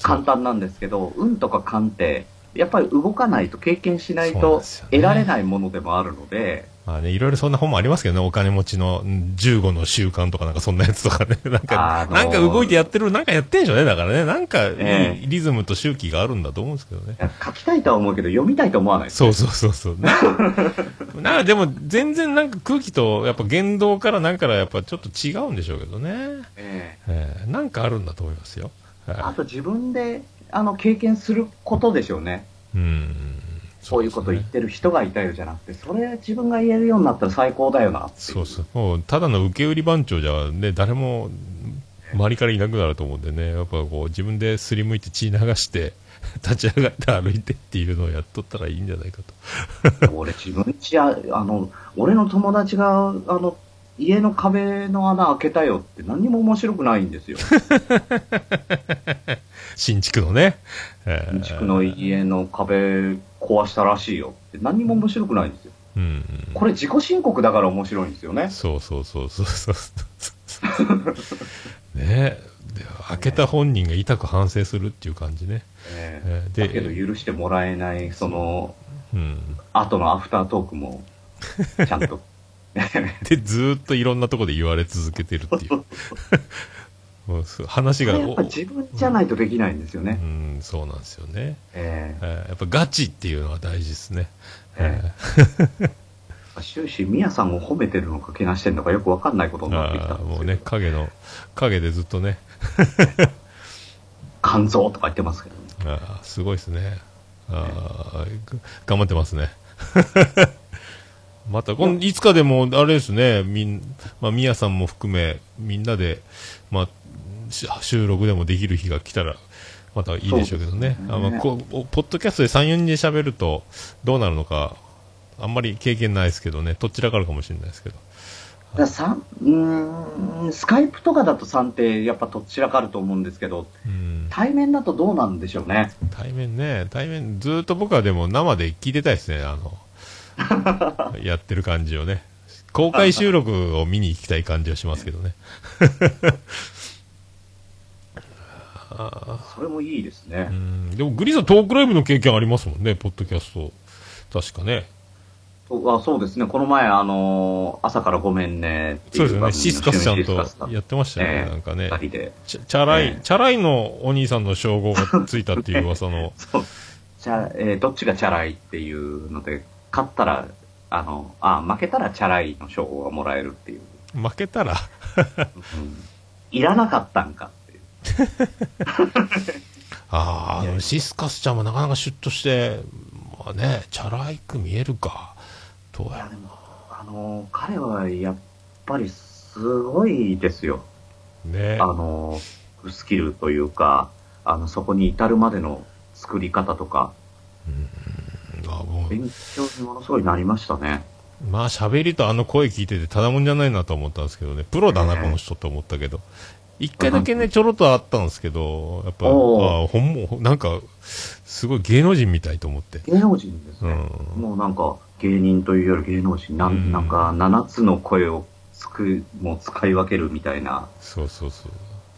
Speaker 1: 簡単なんですけど、運とか勘って、やっぱり動かないと経験しない
Speaker 3: そうなん
Speaker 1: と
Speaker 3: ですよね
Speaker 1: 得られないものでもあるので、
Speaker 3: まあね、いろいろそんな本もありますけどね、お金持ちのうん15の習慣とかなんかそんなやつとかね、 [laughs] なんか、
Speaker 1: あのー
Speaker 3: なんか動いてやってる、なんかやってんでしょうね、だからね、なんか、
Speaker 1: ええ
Speaker 3: リズムと周期があるんだと思うんですけどね。
Speaker 1: 書きたいとは思うけど、読みたいと思わないです。
Speaker 3: そうそうそうそう。なん [laughs] か、なんかでも全然なんか空気とやっぱ言動からなんからやっぱちょっと違うんでしょうけどね。
Speaker 1: ええ
Speaker 3: ええなんかあるんだと思いますよ。
Speaker 1: あ
Speaker 3: は
Speaker 1: と自分で、あの、経験することでしょうね。
Speaker 3: い、うん。
Speaker 1: そういうこと
Speaker 3: そう
Speaker 1: 言っ
Speaker 3: ですね
Speaker 1: てる人がいたよじゃなくて、それ自分が言えるようになったら最高だよな
Speaker 3: [laughs]
Speaker 1: ってい
Speaker 3: そうそう。もう、ただの受け売り番長じゃね、誰も、周りからいなくなると思うんでね、やっぱこう、自分ですりむいて血流して、 [laughs] 立ち上がって歩いてっていうのをやっとったらいいんじゃないかと。
Speaker 1: 俺自分ちあ、あの、俺の友達が、あの、家の壁の穴開けたよって何にも面白くないんですよ。
Speaker 3: 新築のね。え
Speaker 1: 新
Speaker 3: ー
Speaker 1: 築の家の壁壊したらしいよって何にも面白くないんですよ。
Speaker 3: うん。
Speaker 1: これ自己申告だから面白いんですよね。
Speaker 3: そうそうそうそうそうそう。ねで開けた本人が痛く反省するっていう感じね。
Speaker 1: え
Speaker 3: えー
Speaker 1: えだけど許してもらえない、その、
Speaker 3: うん。
Speaker 1: 後のアフタートークも、ちゃん
Speaker 3: [laughs]
Speaker 1: と。
Speaker 3: で、ずーっといろんなとこで言われ続けてるっていう。
Speaker 1: [laughs]
Speaker 3: もうそう話
Speaker 1: こ
Speaker 3: が、
Speaker 1: れやっぱ自分じゃないとできないんですよ
Speaker 3: う
Speaker 1: ね。
Speaker 3: ん、そうなんですよね。
Speaker 1: ええ
Speaker 3: えーやっぱガチっていうのは大事ですね。
Speaker 1: え終始、ミヤさんを褒めてるのか、けなしてるのか、よくわかんないことになってきたん
Speaker 3: ああ、
Speaker 1: です
Speaker 3: も
Speaker 1: よ
Speaker 3: うね、影の、影でずっとね、
Speaker 1: 肝臓とか言ってますけど、ね、
Speaker 3: ああ、すごいですね。ああ、が頑張ってますね。 [laughs] また、この、いつかでも、あれですね、みん、まあ、みやさんも含め、みんなで、まあ、し収録でもできる日が来たら、またいいでしょうけどね。
Speaker 1: そうです
Speaker 3: あ
Speaker 1: ね
Speaker 3: まあ、こうポッドキャストで3、4人で喋ると、どうなるのか、あんまり経験ないですけどね、どちらかるかもしれないですけど。
Speaker 1: だからさんうーんスカイプとかだと3ってやっぱとっちらかると思うんですけど、
Speaker 3: うん。
Speaker 1: 対面だとどうなんでしょうね、
Speaker 3: 対面ね、対面、ずーっと僕はでも生で聞いてたいですね、あ
Speaker 1: [laughs]
Speaker 3: の、やってる感じをね。公開収録を見に行きたい感じはしますけどね。あ
Speaker 1: それもいいです
Speaker 3: ー
Speaker 1: ね
Speaker 3: う、んでもグリーンさんトークライブの経験ありますもんね、ポッドキャスト。確かね。
Speaker 1: とあそうですね、この前、あのー朝からごめんねってい
Speaker 3: そうですよね、
Speaker 1: 番組の
Speaker 3: シスカスちゃん
Speaker 1: シスカスさ
Speaker 3: とやってましたよね、
Speaker 1: ええ
Speaker 3: なんかね
Speaker 1: 二。人で、
Speaker 3: チャチャラ
Speaker 1: え
Speaker 3: い
Speaker 1: え、。
Speaker 3: チャラいのお兄さんの称号がついたっていう噂の
Speaker 1: [laughs] そうじゃあえーどっちがチャラいっていうので、勝ったら、あのあ負けたらチャラいの称号がもらえるっていう、
Speaker 3: 負けたら、
Speaker 1: うんいらなかったんかっていう。
Speaker 3: あ
Speaker 1: いやい
Speaker 3: あ、
Speaker 1: や
Speaker 3: シスカスちゃんもなかなかシュッとして、まあね、チャラいく見えるか。どう
Speaker 1: いや
Speaker 3: や
Speaker 1: でも、あの彼はやっぱりすごいですよ、
Speaker 3: ろね
Speaker 1: あ。のスキルというか、あのそこに至るまでの作り方とか、
Speaker 3: あもう
Speaker 1: 勉強にものすごいなりましたね。
Speaker 3: まあ喋りとあの声聞いててただもんじゃないなと思ったんですけどね。プロだな、
Speaker 1: ね
Speaker 3: この人って思ったけど。一回だけね、ちょろっとあったんですけど、やっぱ、あ
Speaker 1: おう
Speaker 3: あほんも、なんか、すごい芸能人みたいと思って。
Speaker 1: 芸能人です
Speaker 3: う
Speaker 1: ね。
Speaker 3: ん。
Speaker 1: もうなんか芸人というより芸能人、な
Speaker 3: うん
Speaker 1: んなんか7つの声をつくもう使い分けるみたいな。
Speaker 3: そうそうそう。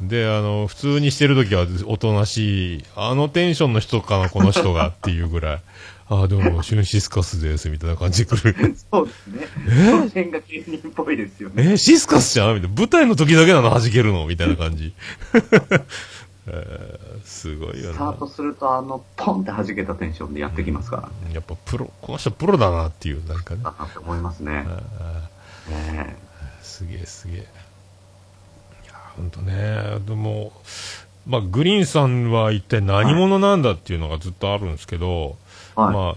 Speaker 3: で、あの、普通にしてるときはおとなしい、あのテンションの人かな、この人がっていうぐらい。 [laughs] ああ、どうも、シュンシスカスです、みたいな感じで来る。 [laughs]
Speaker 1: そうですね。その辺が芸人っぽいですよね。
Speaker 3: えーシスカスじゃんみたいな。舞台の時だけなの弾けるのみたいな感じ。 [laughs] えーすごいよ
Speaker 1: スタート
Speaker 3: な。
Speaker 1: するとあのポンって弾けたテンションでやってきますから。
Speaker 3: やっぱプロ、この人プロだなっていう、なんかね。
Speaker 1: だなって思いますね。
Speaker 3: あ
Speaker 1: ね
Speaker 3: ーすげえすげえ。いや、ほんとね。でも、まあ、グリーンさんは一体何者なんだっていうのがずっとあるんですけど、
Speaker 1: はい。
Speaker 3: まあ、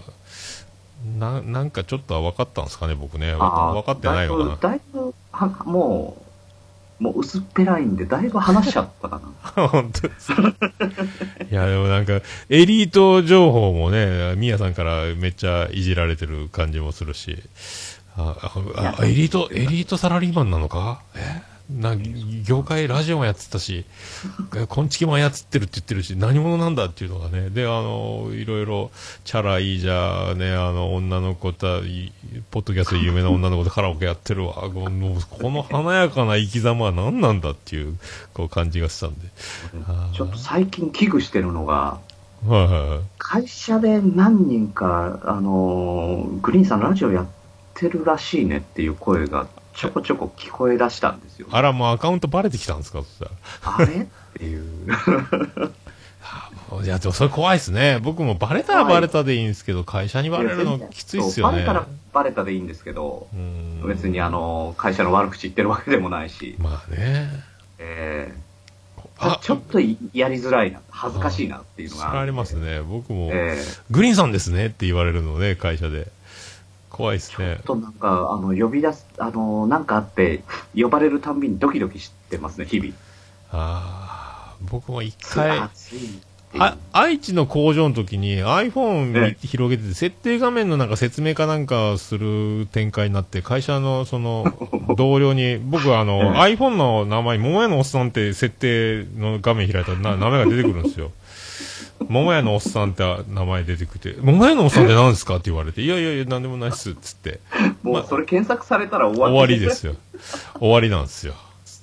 Speaker 3: ななんかちょっとは分かったんですかね、僕ね。
Speaker 1: あー
Speaker 3: わ分かってないのかな。
Speaker 1: だいぶ、だいぶはもう、もう薄っぺらいんで、だいぶ話しちゃった
Speaker 3: [laughs]
Speaker 1: かな。
Speaker 3: 本当ですねいや、でもなんか、エリート情報もね、ミヤさんからめっちゃいじられてる感じもするし、あああエリート、エリートサラリーマンなのかえな業界ラジオもやってたし、こんちきもやってるって言ってるし、何者なんだっていうのがね。で、あの、いろいろ、チャラいいじゃあね、あの、女の子た、いポッドキャストで有名な女の子とカラオケやってるわ。このこの華やかな生き様は何なんだっていう、こう感じがしたんで。あー
Speaker 1: ちょっと最近危惧してるのが、
Speaker 3: はいはいはい。
Speaker 1: 会社で何人か、あのーグリーンさんラジオやってるらしいねっていう声がちょこちょこ聞こえ出したんですよ。
Speaker 3: あら、もうアカウントバレてきたんですかそしたら。
Speaker 1: あれっていう。
Speaker 3: あもういや、でもそれ怖いですね。僕もバレたらバレたでいいんですけど、会社にバレるのきついっすよ
Speaker 1: バ
Speaker 3: ね。
Speaker 1: レたらバレたでいいんですけど、
Speaker 3: うん
Speaker 1: 別にあ。のー会社の悪口言ってるわけでもないし、
Speaker 3: まあね。
Speaker 1: えー
Speaker 3: あ、
Speaker 1: ちょっとやりづらいな、恥ずかしいなっていうの
Speaker 3: そ
Speaker 1: が
Speaker 3: れあります
Speaker 1: ね。
Speaker 3: ね。僕も、
Speaker 1: えー
Speaker 3: グリーンさんですねって言われるのね、会社で。怖いです
Speaker 1: ちょ
Speaker 3: ね
Speaker 1: っ。となんか、あの、呼び出す、あの、なんかあって、呼ばれるたんびにドキドキしてますね、日々。
Speaker 3: ああ、僕も一回、
Speaker 1: 暑い。っていう。
Speaker 3: あ愛知の工場の時に iPhone
Speaker 1: え
Speaker 3: 広げてて、設定画面のなんか説明かなんかする展開になって、会社のそ
Speaker 1: [laughs]
Speaker 3: の同僚に、僕あの、iPhone の名前、桃屋のおっさんって設定の画面開いた
Speaker 1: [laughs]
Speaker 3: らな名前が出てくるんですよ。桃屋のおっさんって名前出てきて、桃屋のおっさんって何ですかって言われて、いやいやいや、なんでもないっす、っつって。
Speaker 1: もうそれ検索されたら終わり
Speaker 3: 終わりですよ。終わりなんですよ。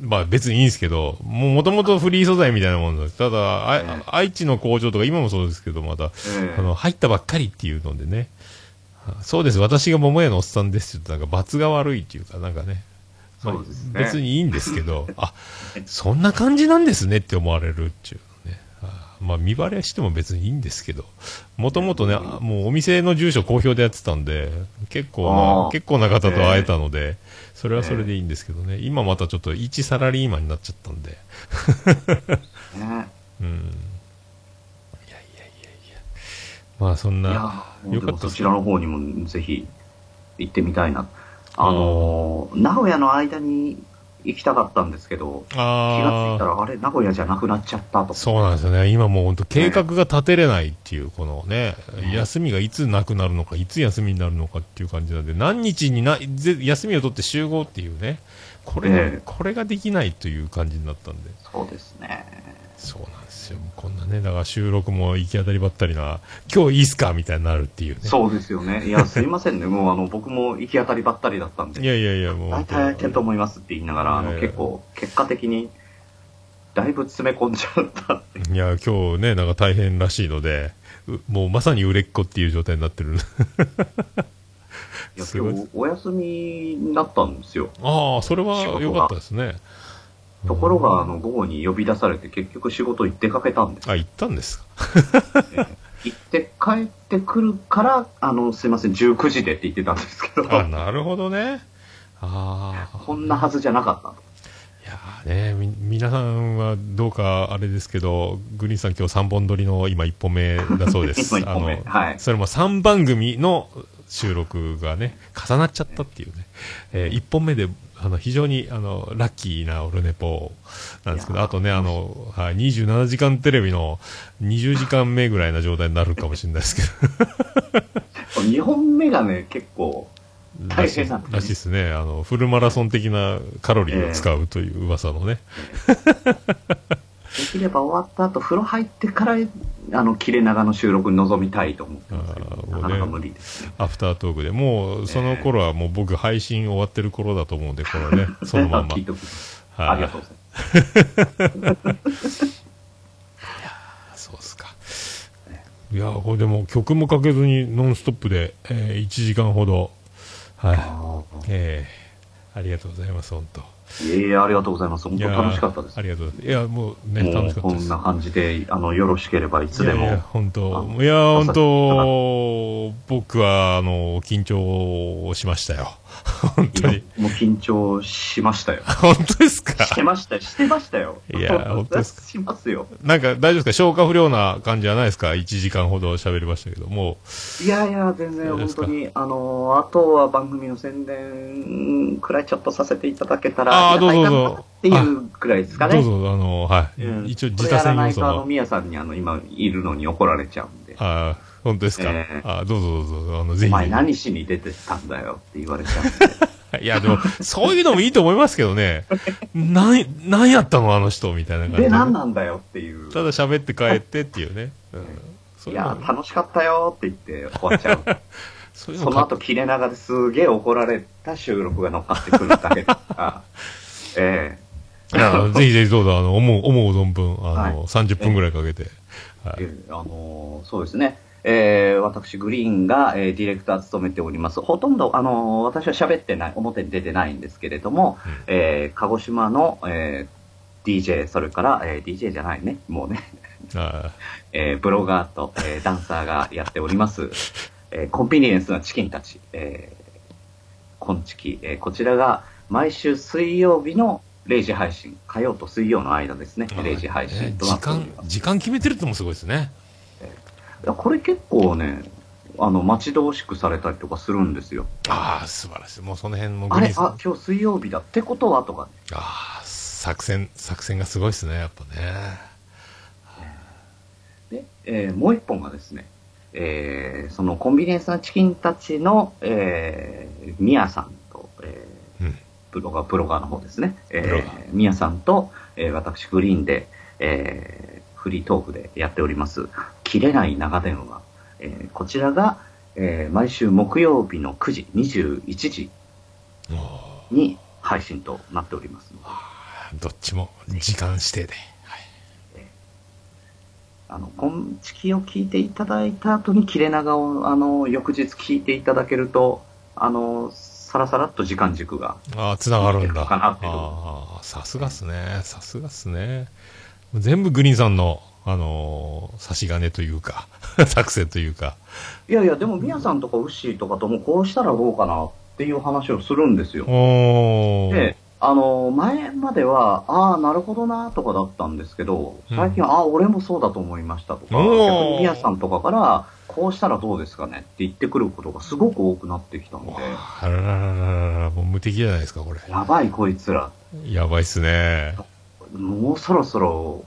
Speaker 3: まあ別にいいんですけど、もうもともとフリー素材みたいなもんなんです。ただ、あ
Speaker 1: うん
Speaker 3: 愛知の工場とか今もそうですけど、まだ、
Speaker 1: ええ
Speaker 3: あの、入ったばっかりっていうのでね。あそうです、私が桃屋のおっさんですって言うとなんか罰が悪いっていうか、なんかね。まあ
Speaker 1: そうですね
Speaker 3: 別にいいんです
Speaker 1: [laughs]
Speaker 3: けど、あ、そんな感じなんですねって思われるっていうね。あまあ見バレしても別にいいんですけど、もともとね、あもうお店の住所公表でやってたんで、結構
Speaker 1: あ
Speaker 3: な、
Speaker 1: ー
Speaker 3: 結構な方と会えたので、それはそれでいいんですけどね。今またちょっと一サラリーマンになっちゃったんで。
Speaker 1: ね。
Speaker 3: うん。いやいやいやいや。まあそん
Speaker 1: いや
Speaker 3: な、
Speaker 1: ー
Speaker 3: よ
Speaker 1: で
Speaker 3: か
Speaker 1: も
Speaker 3: った
Speaker 1: そ
Speaker 3: です
Speaker 1: ちらの方にもぜひ行ってみたいな。あのー名古屋の間に行きたかったんですけど、気がつ
Speaker 3: あ
Speaker 1: いた
Speaker 3: あ、
Speaker 1: ら、あれ、名古屋じゃなくなっちゃったと。
Speaker 3: そうなんですよね。今もう本当計画が立てれないっていう、このね、休みがいつなくなるのか、いつ休みになるのかっていう感じなんで、何日にな、ぜ休みを取って集合っていうね、これ、
Speaker 1: ええ
Speaker 3: これができないという感じになったんで、
Speaker 1: そうですね。
Speaker 3: そうなんですよ。こんなね、だから収録も行き当たりばったりな、今日いいっすかみたいになるっていうね。
Speaker 1: そうですよね。いや、すいませんね。もう、あの、僕も行き当たりばったりだったん
Speaker 3: い
Speaker 1: で、
Speaker 3: やいやいや、もう
Speaker 1: 大
Speaker 3: 本当。
Speaker 1: 体けんと思いますって言いながら、あ
Speaker 3: え
Speaker 1: の、
Speaker 3: え
Speaker 1: 結構、結果的に、だいぶ詰め込んじゃったっていう。
Speaker 3: いや、今日ね、なんか大変らしいので、うもうまさに売れっ子っていう状態になっ
Speaker 1: [laughs]
Speaker 3: てる。
Speaker 1: いや、
Speaker 3: すご
Speaker 1: 今
Speaker 3: い
Speaker 1: 日、お休みになったんですよ。
Speaker 3: [laughs] ああ、それは良かったですね。
Speaker 1: ところが、あの、午後に呼び出されて、結局仕事行ってかけたんです。
Speaker 3: あ、行ったんですか。
Speaker 1: 行って帰ってくるから、あの、すいません、19時でって言ってたんですけど、
Speaker 3: あなるほどね。ああ。
Speaker 1: こんなはずじゃなかったと。
Speaker 3: いやーね、み、皆さんはどうかあれですけど、グリーンさん今日3本撮りの今1本目だそう
Speaker 1: [laughs]
Speaker 3: です。
Speaker 1: 今1本目
Speaker 3: あの、
Speaker 1: はい
Speaker 3: それも3番組の収録がね、重なっちゃったっていうね。え1本目で、あの、非常に、あの、ラッキーなオルネポなんですけ
Speaker 1: い
Speaker 3: ど、
Speaker 1: やー
Speaker 3: あとね、あの、はい、27時間テレビの20時間目ぐらいな状態になるかもしれないですけど。
Speaker 1: 2本目がね、結構、
Speaker 3: ら
Speaker 1: 大
Speaker 3: しい
Speaker 1: 変なんだね
Speaker 3: らしいですね。あの、フルマラソン的なカロリーを使うという噂のね。
Speaker 1: できれば終わった後、風呂入ってから、あの、切れ長の収録に臨みたいと思ってますけ
Speaker 3: あ
Speaker 1: ど、
Speaker 3: ー
Speaker 1: なかなか無理です。
Speaker 3: アフタートークで。もう、その頃はもう僕配信終わってる頃だと思うんで、こ
Speaker 1: [laughs]
Speaker 3: れね、そのまんま。
Speaker 1: 聞いときます
Speaker 3: はい
Speaker 1: ありがとうございます。
Speaker 3: そうっすか。いや、これでも曲もかけずにノンストップで、え1時間ほど。は
Speaker 1: あ
Speaker 3: い。ええありがとうございます、本当。
Speaker 1: ーいえいえ、ありがとうございます。本
Speaker 3: い
Speaker 1: 当
Speaker 3: や
Speaker 1: 楽しかったです
Speaker 3: あ。りがとうございます。いや、もうね、
Speaker 1: も
Speaker 3: 楽
Speaker 1: う
Speaker 3: しかっ
Speaker 1: こ
Speaker 3: たで
Speaker 1: ん
Speaker 3: す
Speaker 1: な。感じで、あの、よろしければいつで
Speaker 3: いやいや
Speaker 1: も。
Speaker 3: 本当
Speaker 1: あ
Speaker 3: いや
Speaker 1: 朝
Speaker 3: 本当僕はあの緊張しましたよ [laughs] 本
Speaker 1: い
Speaker 3: 当
Speaker 1: や
Speaker 3: に
Speaker 1: もう緊張しましたよ。
Speaker 3: 本当で
Speaker 1: [laughs]
Speaker 3: すか
Speaker 1: してましたよ、してましたよ。
Speaker 3: いや本当ですか
Speaker 1: しますよ。
Speaker 3: なんか大丈夫ですか消化不良な感じじゃないですか ?1 時間ほど喋りましたけど、も
Speaker 1: いやいや、全
Speaker 3: そ
Speaker 1: 然
Speaker 3: うで
Speaker 1: 本
Speaker 3: すか
Speaker 1: 当に、あの、あとは番組の宣伝くらいちょっとさせていただけたら、
Speaker 3: あー
Speaker 1: いいんじゃない
Speaker 3: どうぞどう
Speaker 1: か
Speaker 3: ぞ
Speaker 1: なっていうくらいですか
Speaker 3: う、
Speaker 1: ね。
Speaker 3: どうぞ、あの、はい。
Speaker 1: うん
Speaker 3: 一応、
Speaker 1: こ
Speaker 3: 自
Speaker 1: れ
Speaker 3: 他
Speaker 1: やら
Speaker 3: 戦
Speaker 1: な
Speaker 3: 要
Speaker 1: い
Speaker 3: 素
Speaker 1: と、あの、
Speaker 3: の。
Speaker 1: ミヤさんに、あの、今いるのに怒られちゃうんで、
Speaker 3: ああ、本当ですか。
Speaker 1: ええ
Speaker 3: ああどうぞどうぞ、あの、ぜ
Speaker 1: お
Speaker 3: ひ。
Speaker 1: 前何しに出てたんだよって言われちゃうんで。
Speaker 3: [laughs] いや、でも、そういうのもいいと思いますけどね。なん、なんやったのあの人、みたいな感じ
Speaker 1: で、
Speaker 3: ね
Speaker 1: 何なんだよっていう。
Speaker 3: ただ喋って帰ってっていうね。うん。そう
Speaker 1: い
Speaker 3: いうの
Speaker 1: や、
Speaker 3: も、
Speaker 1: 楽しかったよって言って終わっち
Speaker 3: [laughs]
Speaker 1: ゃう。
Speaker 3: そういう
Speaker 1: そ
Speaker 3: の
Speaker 1: の
Speaker 3: か
Speaker 1: 後、切れ長ですげえ怒られた収録が乗っかってくるだけだ
Speaker 3: [laughs]
Speaker 1: から。え
Speaker 3: いや
Speaker 1: [laughs]
Speaker 3: ぜひぜひどうぞ、あの、思う、思う存分、あの、
Speaker 1: はい
Speaker 3: 30分ぐらいかけて。はい
Speaker 1: えあのーそうですね。えー私、グリーンが、えーディレクター務めております。ほとんど、あのー私は喋ってない、表に出てないんですけれども、
Speaker 3: うん
Speaker 1: えー鹿児島の、えー DJ、それから、えー DJ じゃないね、もうね、
Speaker 3: あ
Speaker 1: えーブロガーと、えーダンサーがやっております、えーコンビニエンスなチキンたち、えー、コンチキ、えーこちらが毎週水曜日の0時配信、火曜と水曜の間ですね、
Speaker 3: あ
Speaker 1: 0時配信とな
Speaker 3: 時
Speaker 1: っており
Speaker 3: 間
Speaker 1: ます、
Speaker 3: 時間決めてるってのもすごいですね。
Speaker 1: いやこれ結構ね、あの待ち遠しくされたりとかするんですよ。
Speaker 3: ああ、素晴らしい。もうその辺の
Speaker 1: あ
Speaker 3: グリー
Speaker 1: れ
Speaker 3: ン、さん。
Speaker 1: あ今日水曜日だってことはとか、
Speaker 3: ああ、作戦、作戦がすごいですね、やっぱね。
Speaker 1: で、えーもう一本がですね、えーそのコンビニエンスなチキンたちの、えー、ミヤさんと、えー
Speaker 3: うん
Speaker 1: ブロガー、ブロガーの方ですね、え
Speaker 3: ブロガー
Speaker 1: ー、ミヤさんと、えー私、グリーンで、えーフリートークでやっております、切れない長電話。えーこちらが、えー毎週木曜日の9時、21時
Speaker 3: あ
Speaker 1: に配信となっておりますので、
Speaker 3: ーどっちも時間指定で。
Speaker 1: あの、こんちきを聞いていただいた後に切れ長を、あの、翌日聞いていただけると、あの、さらさらっと時間軸が、
Speaker 3: ああ、つながるんだ。
Speaker 1: かな
Speaker 3: あ
Speaker 1: っていう
Speaker 3: あー、さすがっすね。さすがっすね。全部グリーンさんの、あのー差し金というか、 [laughs] 作戦というか。
Speaker 1: いやいや、でも、ミヤさんとかウッシーとかともこうしたらどうかなっていう話をするんですよ。
Speaker 3: おー。
Speaker 1: で、あの、前までは、ああ、なるほどな、とかだったんですけど、最近、ああ、俺もそうだと思いましたとか、
Speaker 3: おー
Speaker 1: 逆にミヤさんとかから、こうしたらどうですかねって言ってくることがすごく多くなってきたので、
Speaker 3: あらららららら、もう無敵じゃないですか、これ。
Speaker 1: やばいこいつら
Speaker 3: やばいっすね。
Speaker 1: もうそろそろ、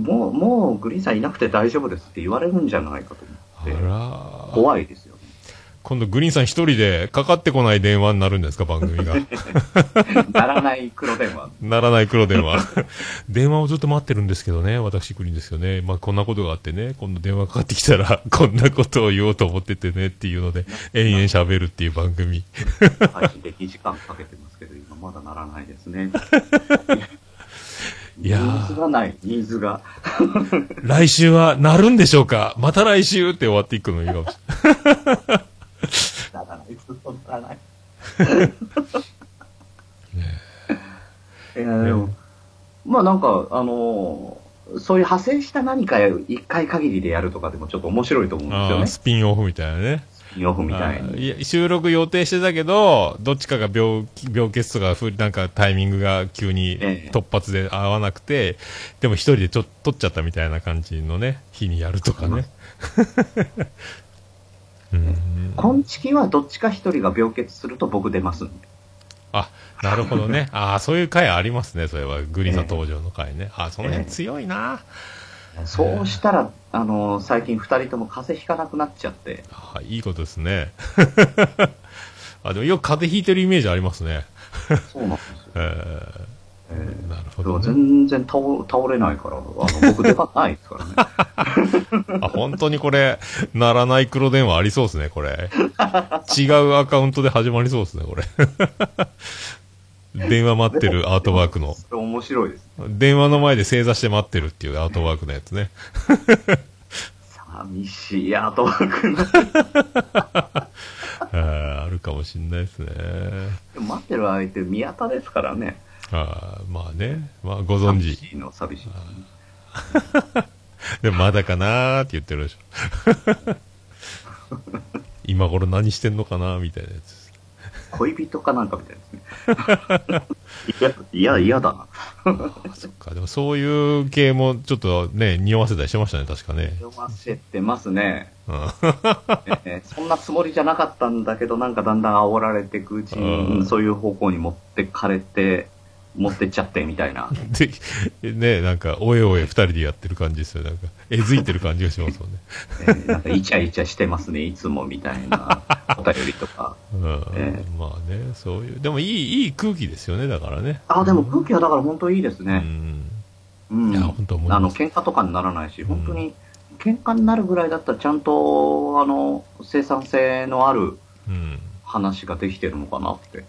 Speaker 1: もう、もうグリーンさんいなくて大丈夫ですって言われるんじゃないかと
Speaker 3: あ
Speaker 1: 思って、
Speaker 3: ら
Speaker 1: 怖いですよね。
Speaker 3: 今度グリーンさん一人でかかってこない電話になるんですか、番組が。 [laughs]
Speaker 1: ならない黒電話。
Speaker 3: ならない黒電話。 [laughs] 電話をずっと待ってるんですけどね、私グリーンですよね。まあこんなことがあってね、今度電話かかってきたら、 [laughs] こんなことを言おうと思っててねっていうので、延々喋るっていう番組。
Speaker 1: 配信で2時間かけてますけど、今まだならないですね。
Speaker 3: いやー
Speaker 1: ニーズがない、ニーズが。
Speaker 3: 来週はなるんでしょうかまた来週って終わっていくのいいかもしれない。
Speaker 1: ならない、ずっとならない。 [laughs] いや、でも、まあなんか、あのーそういう派生した何か一回限りでやるとかでもちょっと面白いと思うんですよ
Speaker 3: あー
Speaker 1: ね。ス
Speaker 3: スピンオフみたいなね。
Speaker 1: ピンオフみたい
Speaker 3: あ
Speaker 1: に。
Speaker 3: ーいや収録予定してたけど、どっちかが病気病欠とかふ、なんかタイミングが急に
Speaker 1: ええ
Speaker 3: 突発で合わなくて、でも一人でちょ撮っちゃったみたいな感じのね、日にやるとか
Speaker 1: [laughs]
Speaker 3: ね。うん
Speaker 1: 今月はどっちか一人が病欠すると僕出ますんで。
Speaker 3: あ、なるほどね。ああ、そういう回ありますね、それは。グリーンさん
Speaker 1: ええ
Speaker 3: 登場の回ね。あーその辺
Speaker 1: ええ
Speaker 3: 強いな。
Speaker 1: そうしたら、あの、最近二人とも風邪ひかなくなっちゃって、
Speaker 3: あーいいことですね。 [laughs] あ、でもよく風邪ひいてるイメージありますね。
Speaker 1: そうなんですよ。
Speaker 3: え
Speaker 1: えー
Speaker 3: ーなる
Speaker 1: だか
Speaker 3: ほ
Speaker 1: ら
Speaker 3: ど、ね。
Speaker 1: 全然倒倒れないから、あの僕出番ないですから [laughs] ね。
Speaker 3: あ、本当にこれ、ならない黒電話ありそうですね、これ。違うアカウントで始まりそうですね、これ。電話待ってるアートワークの。
Speaker 1: それ面白いです。
Speaker 3: 電話の前で正座して待ってるっていうアートワークのやつね。
Speaker 1: 寂しいやと僕の。
Speaker 3: あーあるかもしんないですね。
Speaker 1: でも待ってる相手、宮田ですからね。
Speaker 3: あーまあね。まあ、ご存
Speaker 1: 寂
Speaker 3: 知。
Speaker 1: しいの、寂しい。
Speaker 3: でもまだかなーって言ってるでしょ。 [laughs] 今頃何してんのかなーみたいなやつです。
Speaker 1: 恋人かなんかみたい [laughs] ですね。いや、いや、嫌だな。
Speaker 3: あそっか。でもそういう系もちょっとね、匂わせたりしてましたね、確かね。
Speaker 1: 読ませてますね。
Speaker 3: うん
Speaker 1: えーそんなつもりじゃなかったんだけど、なんかだんだん煽られていくうち
Speaker 3: うん
Speaker 1: に、うんそういう方向に持ってかれて、持ってっちゃってみたいな。
Speaker 3: で、ね、なんか、おえおえ二人でやってる感じですよ。なんか、えずいてる感じがしますもんね。
Speaker 1: えーなんかイチャイチャしてます
Speaker 3: [laughs]
Speaker 1: ね、いつもみたいなお便りとか。
Speaker 3: うん、
Speaker 1: え
Speaker 3: まあね、そういう、でもいい、いい空気ですよね、だからね。
Speaker 1: あ、でも空気はだから本当いいです
Speaker 3: う
Speaker 1: ね。
Speaker 3: ん。
Speaker 1: うん。
Speaker 3: いや本当思います
Speaker 1: あの、喧嘩とかにならないし、本当に、喧嘩になるぐらいだったらちゃんと、あの、生産性のある
Speaker 3: うん。
Speaker 1: 話ができてるのかなって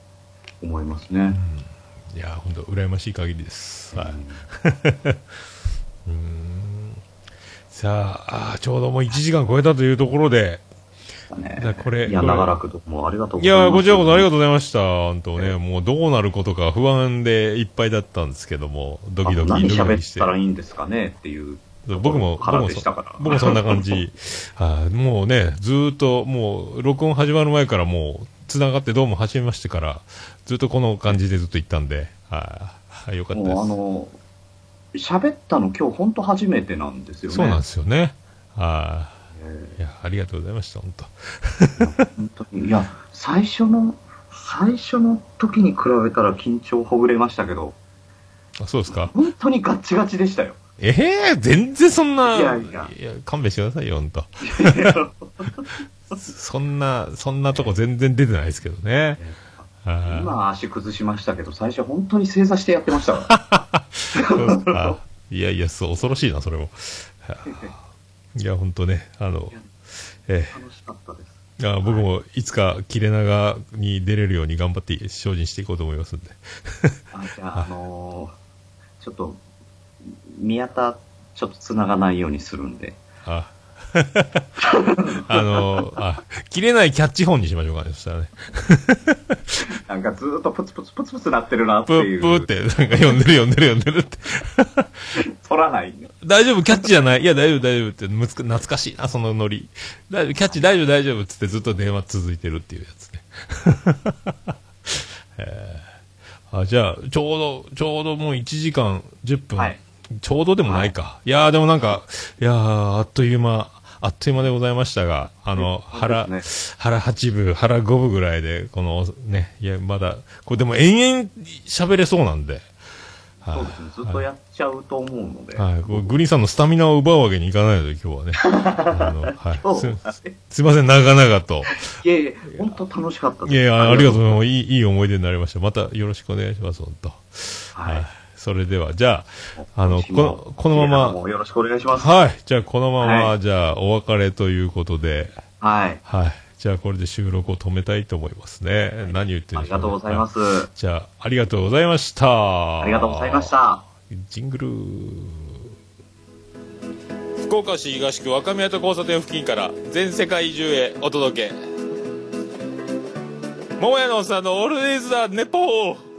Speaker 1: 思いますね。
Speaker 3: いや、本当羨ましい限りです。はい。うん。さああー、ちょうどもう1時間超えたというところで、
Speaker 1: うんね
Speaker 3: だからこれ
Speaker 1: いや、
Speaker 3: これ
Speaker 1: 長らくどうもありがとうご
Speaker 3: い
Speaker 1: ざいます。
Speaker 3: やー、こちらこそありが
Speaker 1: と
Speaker 3: とうございました。本当
Speaker 1: え
Speaker 3: ね、
Speaker 1: え
Speaker 3: もうどうなることか不安でいっぱいだったんですけども、ドキドキド
Speaker 1: 何
Speaker 3: キドキ
Speaker 1: 喋
Speaker 3: し
Speaker 1: ってた。らいいんですかねっていう。
Speaker 3: 僕も、僕
Speaker 1: から
Speaker 3: も
Speaker 1: でしたから
Speaker 3: そ僕もそんな
Speaker 1: [laughs]
Speaker 3: 感じ。あーもうね、ずーっと、もう、録音始まる前からもう、繋がってどうも始めましてから、ずっとこの感じでずっと行ったんで、はい、はいよかったです。
Speaker 1: もうあの、喋ったの今日本当初めてなんですよね。
Speaker 3: そうなんですよね。は
Speaker 1: え
Speaker 3: い。いや、ありがとうございました、本当
Speaker 1: ー本当に。いや、最初の、最初の時に比べたら緊張ほぐれましたけど、
Speaker 3: あ、そうですか。
Speaker 1: 本当にガッチガチでしたよ。
Speaker 3: ええ全然そんな、
Speaker 1: いやいや
Speaker 3: 勘弁してくださいよ、ほんと。 [laughs] そんな、そんなとこ全然出てないですけどね。はい
Speaker 1: 今足崩しましたけど、最初本当に正座してやってました [laughs] か
Speaker 3: そうですかいやいや、そう、恐ろしいな、それも。はいいや、ほんとね、あの、え
Speaker 1: ら楽しかったです。
Speaker 3: えあ僕もいつか切れ長に出れるように頑張って精進していこうと思いますんで。
Speaker 1: あじゃあ、あのーちょっと、宮田、ちょっと繋がないようにするんで。 [laughs]
Speaker 3: ああの、あ、切れないキャッチ本にしましょうかね、そしたらね。
Speaker 1: なんかずーっとプツプツプツプツなってるなって
Speaker 3: プ
Speaker 1: い
Speaker 3: ー
Speaker 1: う。
Speaker 3: プーって、なんか読んでる読んでる読んでるって。
Speaker 1: 取らない。
Speaker 3: 大丈夫、キャッチじゃない。いや、大丈夫、大丈夫って、むつく懐かしいな、そのノリ。大丈夫、キャッチ大丈夫、大丈夫っつってずっと電話続いてるっていうやつね。 [laughs] えーあじゃあ、ちょうど、ちょうどもう1時間10分。
Speaker 1: はい
Speaker 3: ちょうどでもないか。い、やーでもなんか、いやーあっという間、あっという間でございましたが、あの、腹、
Speaker 1: そうで
Speaker 3: 腹8分、腹5分ぐらいで、この、ね、いや、まだ、これでも延々喋れそうなんで。はい
Speaker 1: そうですね。ずっとやっちゃうと思うので。
Speaker 3: はい、こうグリーンさんのスタミナを奪うわけにいかないので、今日はね。あのはい、
Speaker 1: [laughs] そ
Speaker 3: す
Speaker 1: うですね
Speaker 3: すいません、長々と。
Speaker 1: いやいや、本当楽しかったです。
Speaker 3: いやいや、ありがとうござい
Speaker 1: ま
Speaker 3: ます。いいいい思い出になりました。またよろしくお願いします、本当。
Speaker 1: す。
Speaker 3: は
Speaker 1: はいい。。
Speaker 3: それでは、じゃあ、あの、この、このま
Speaker 1: いやも
Speaker 3: ま、
Speaker 1: うよろしくお願いします。
Speaker 3: はい、じゃあ、このまま、
Speaker 1: はい
Speaker 3: じゃあ、お別れということで、
Speaker 1: はい。
Speaker 3: はい、じゃあ、これで収録を止めたいと思いますね。何言ってる
Speaker 1: あ
Speaker 3: ん
Speaker 1: り
Speaker 3: で
Speaker 1: が
Speaker 3: しょう、ね。
Speaker 1: とうございます。
Speaker 3: はい。じゃあ、ありがとうございました。
Speaker 1: ありがとうございまし。た。
Speaker 3: ジングル
Speaker 2: 福岡市東区若宮と交差点付近から全世界中へお届け桃屋のおっさんのオールディーズ・ザ・ネポー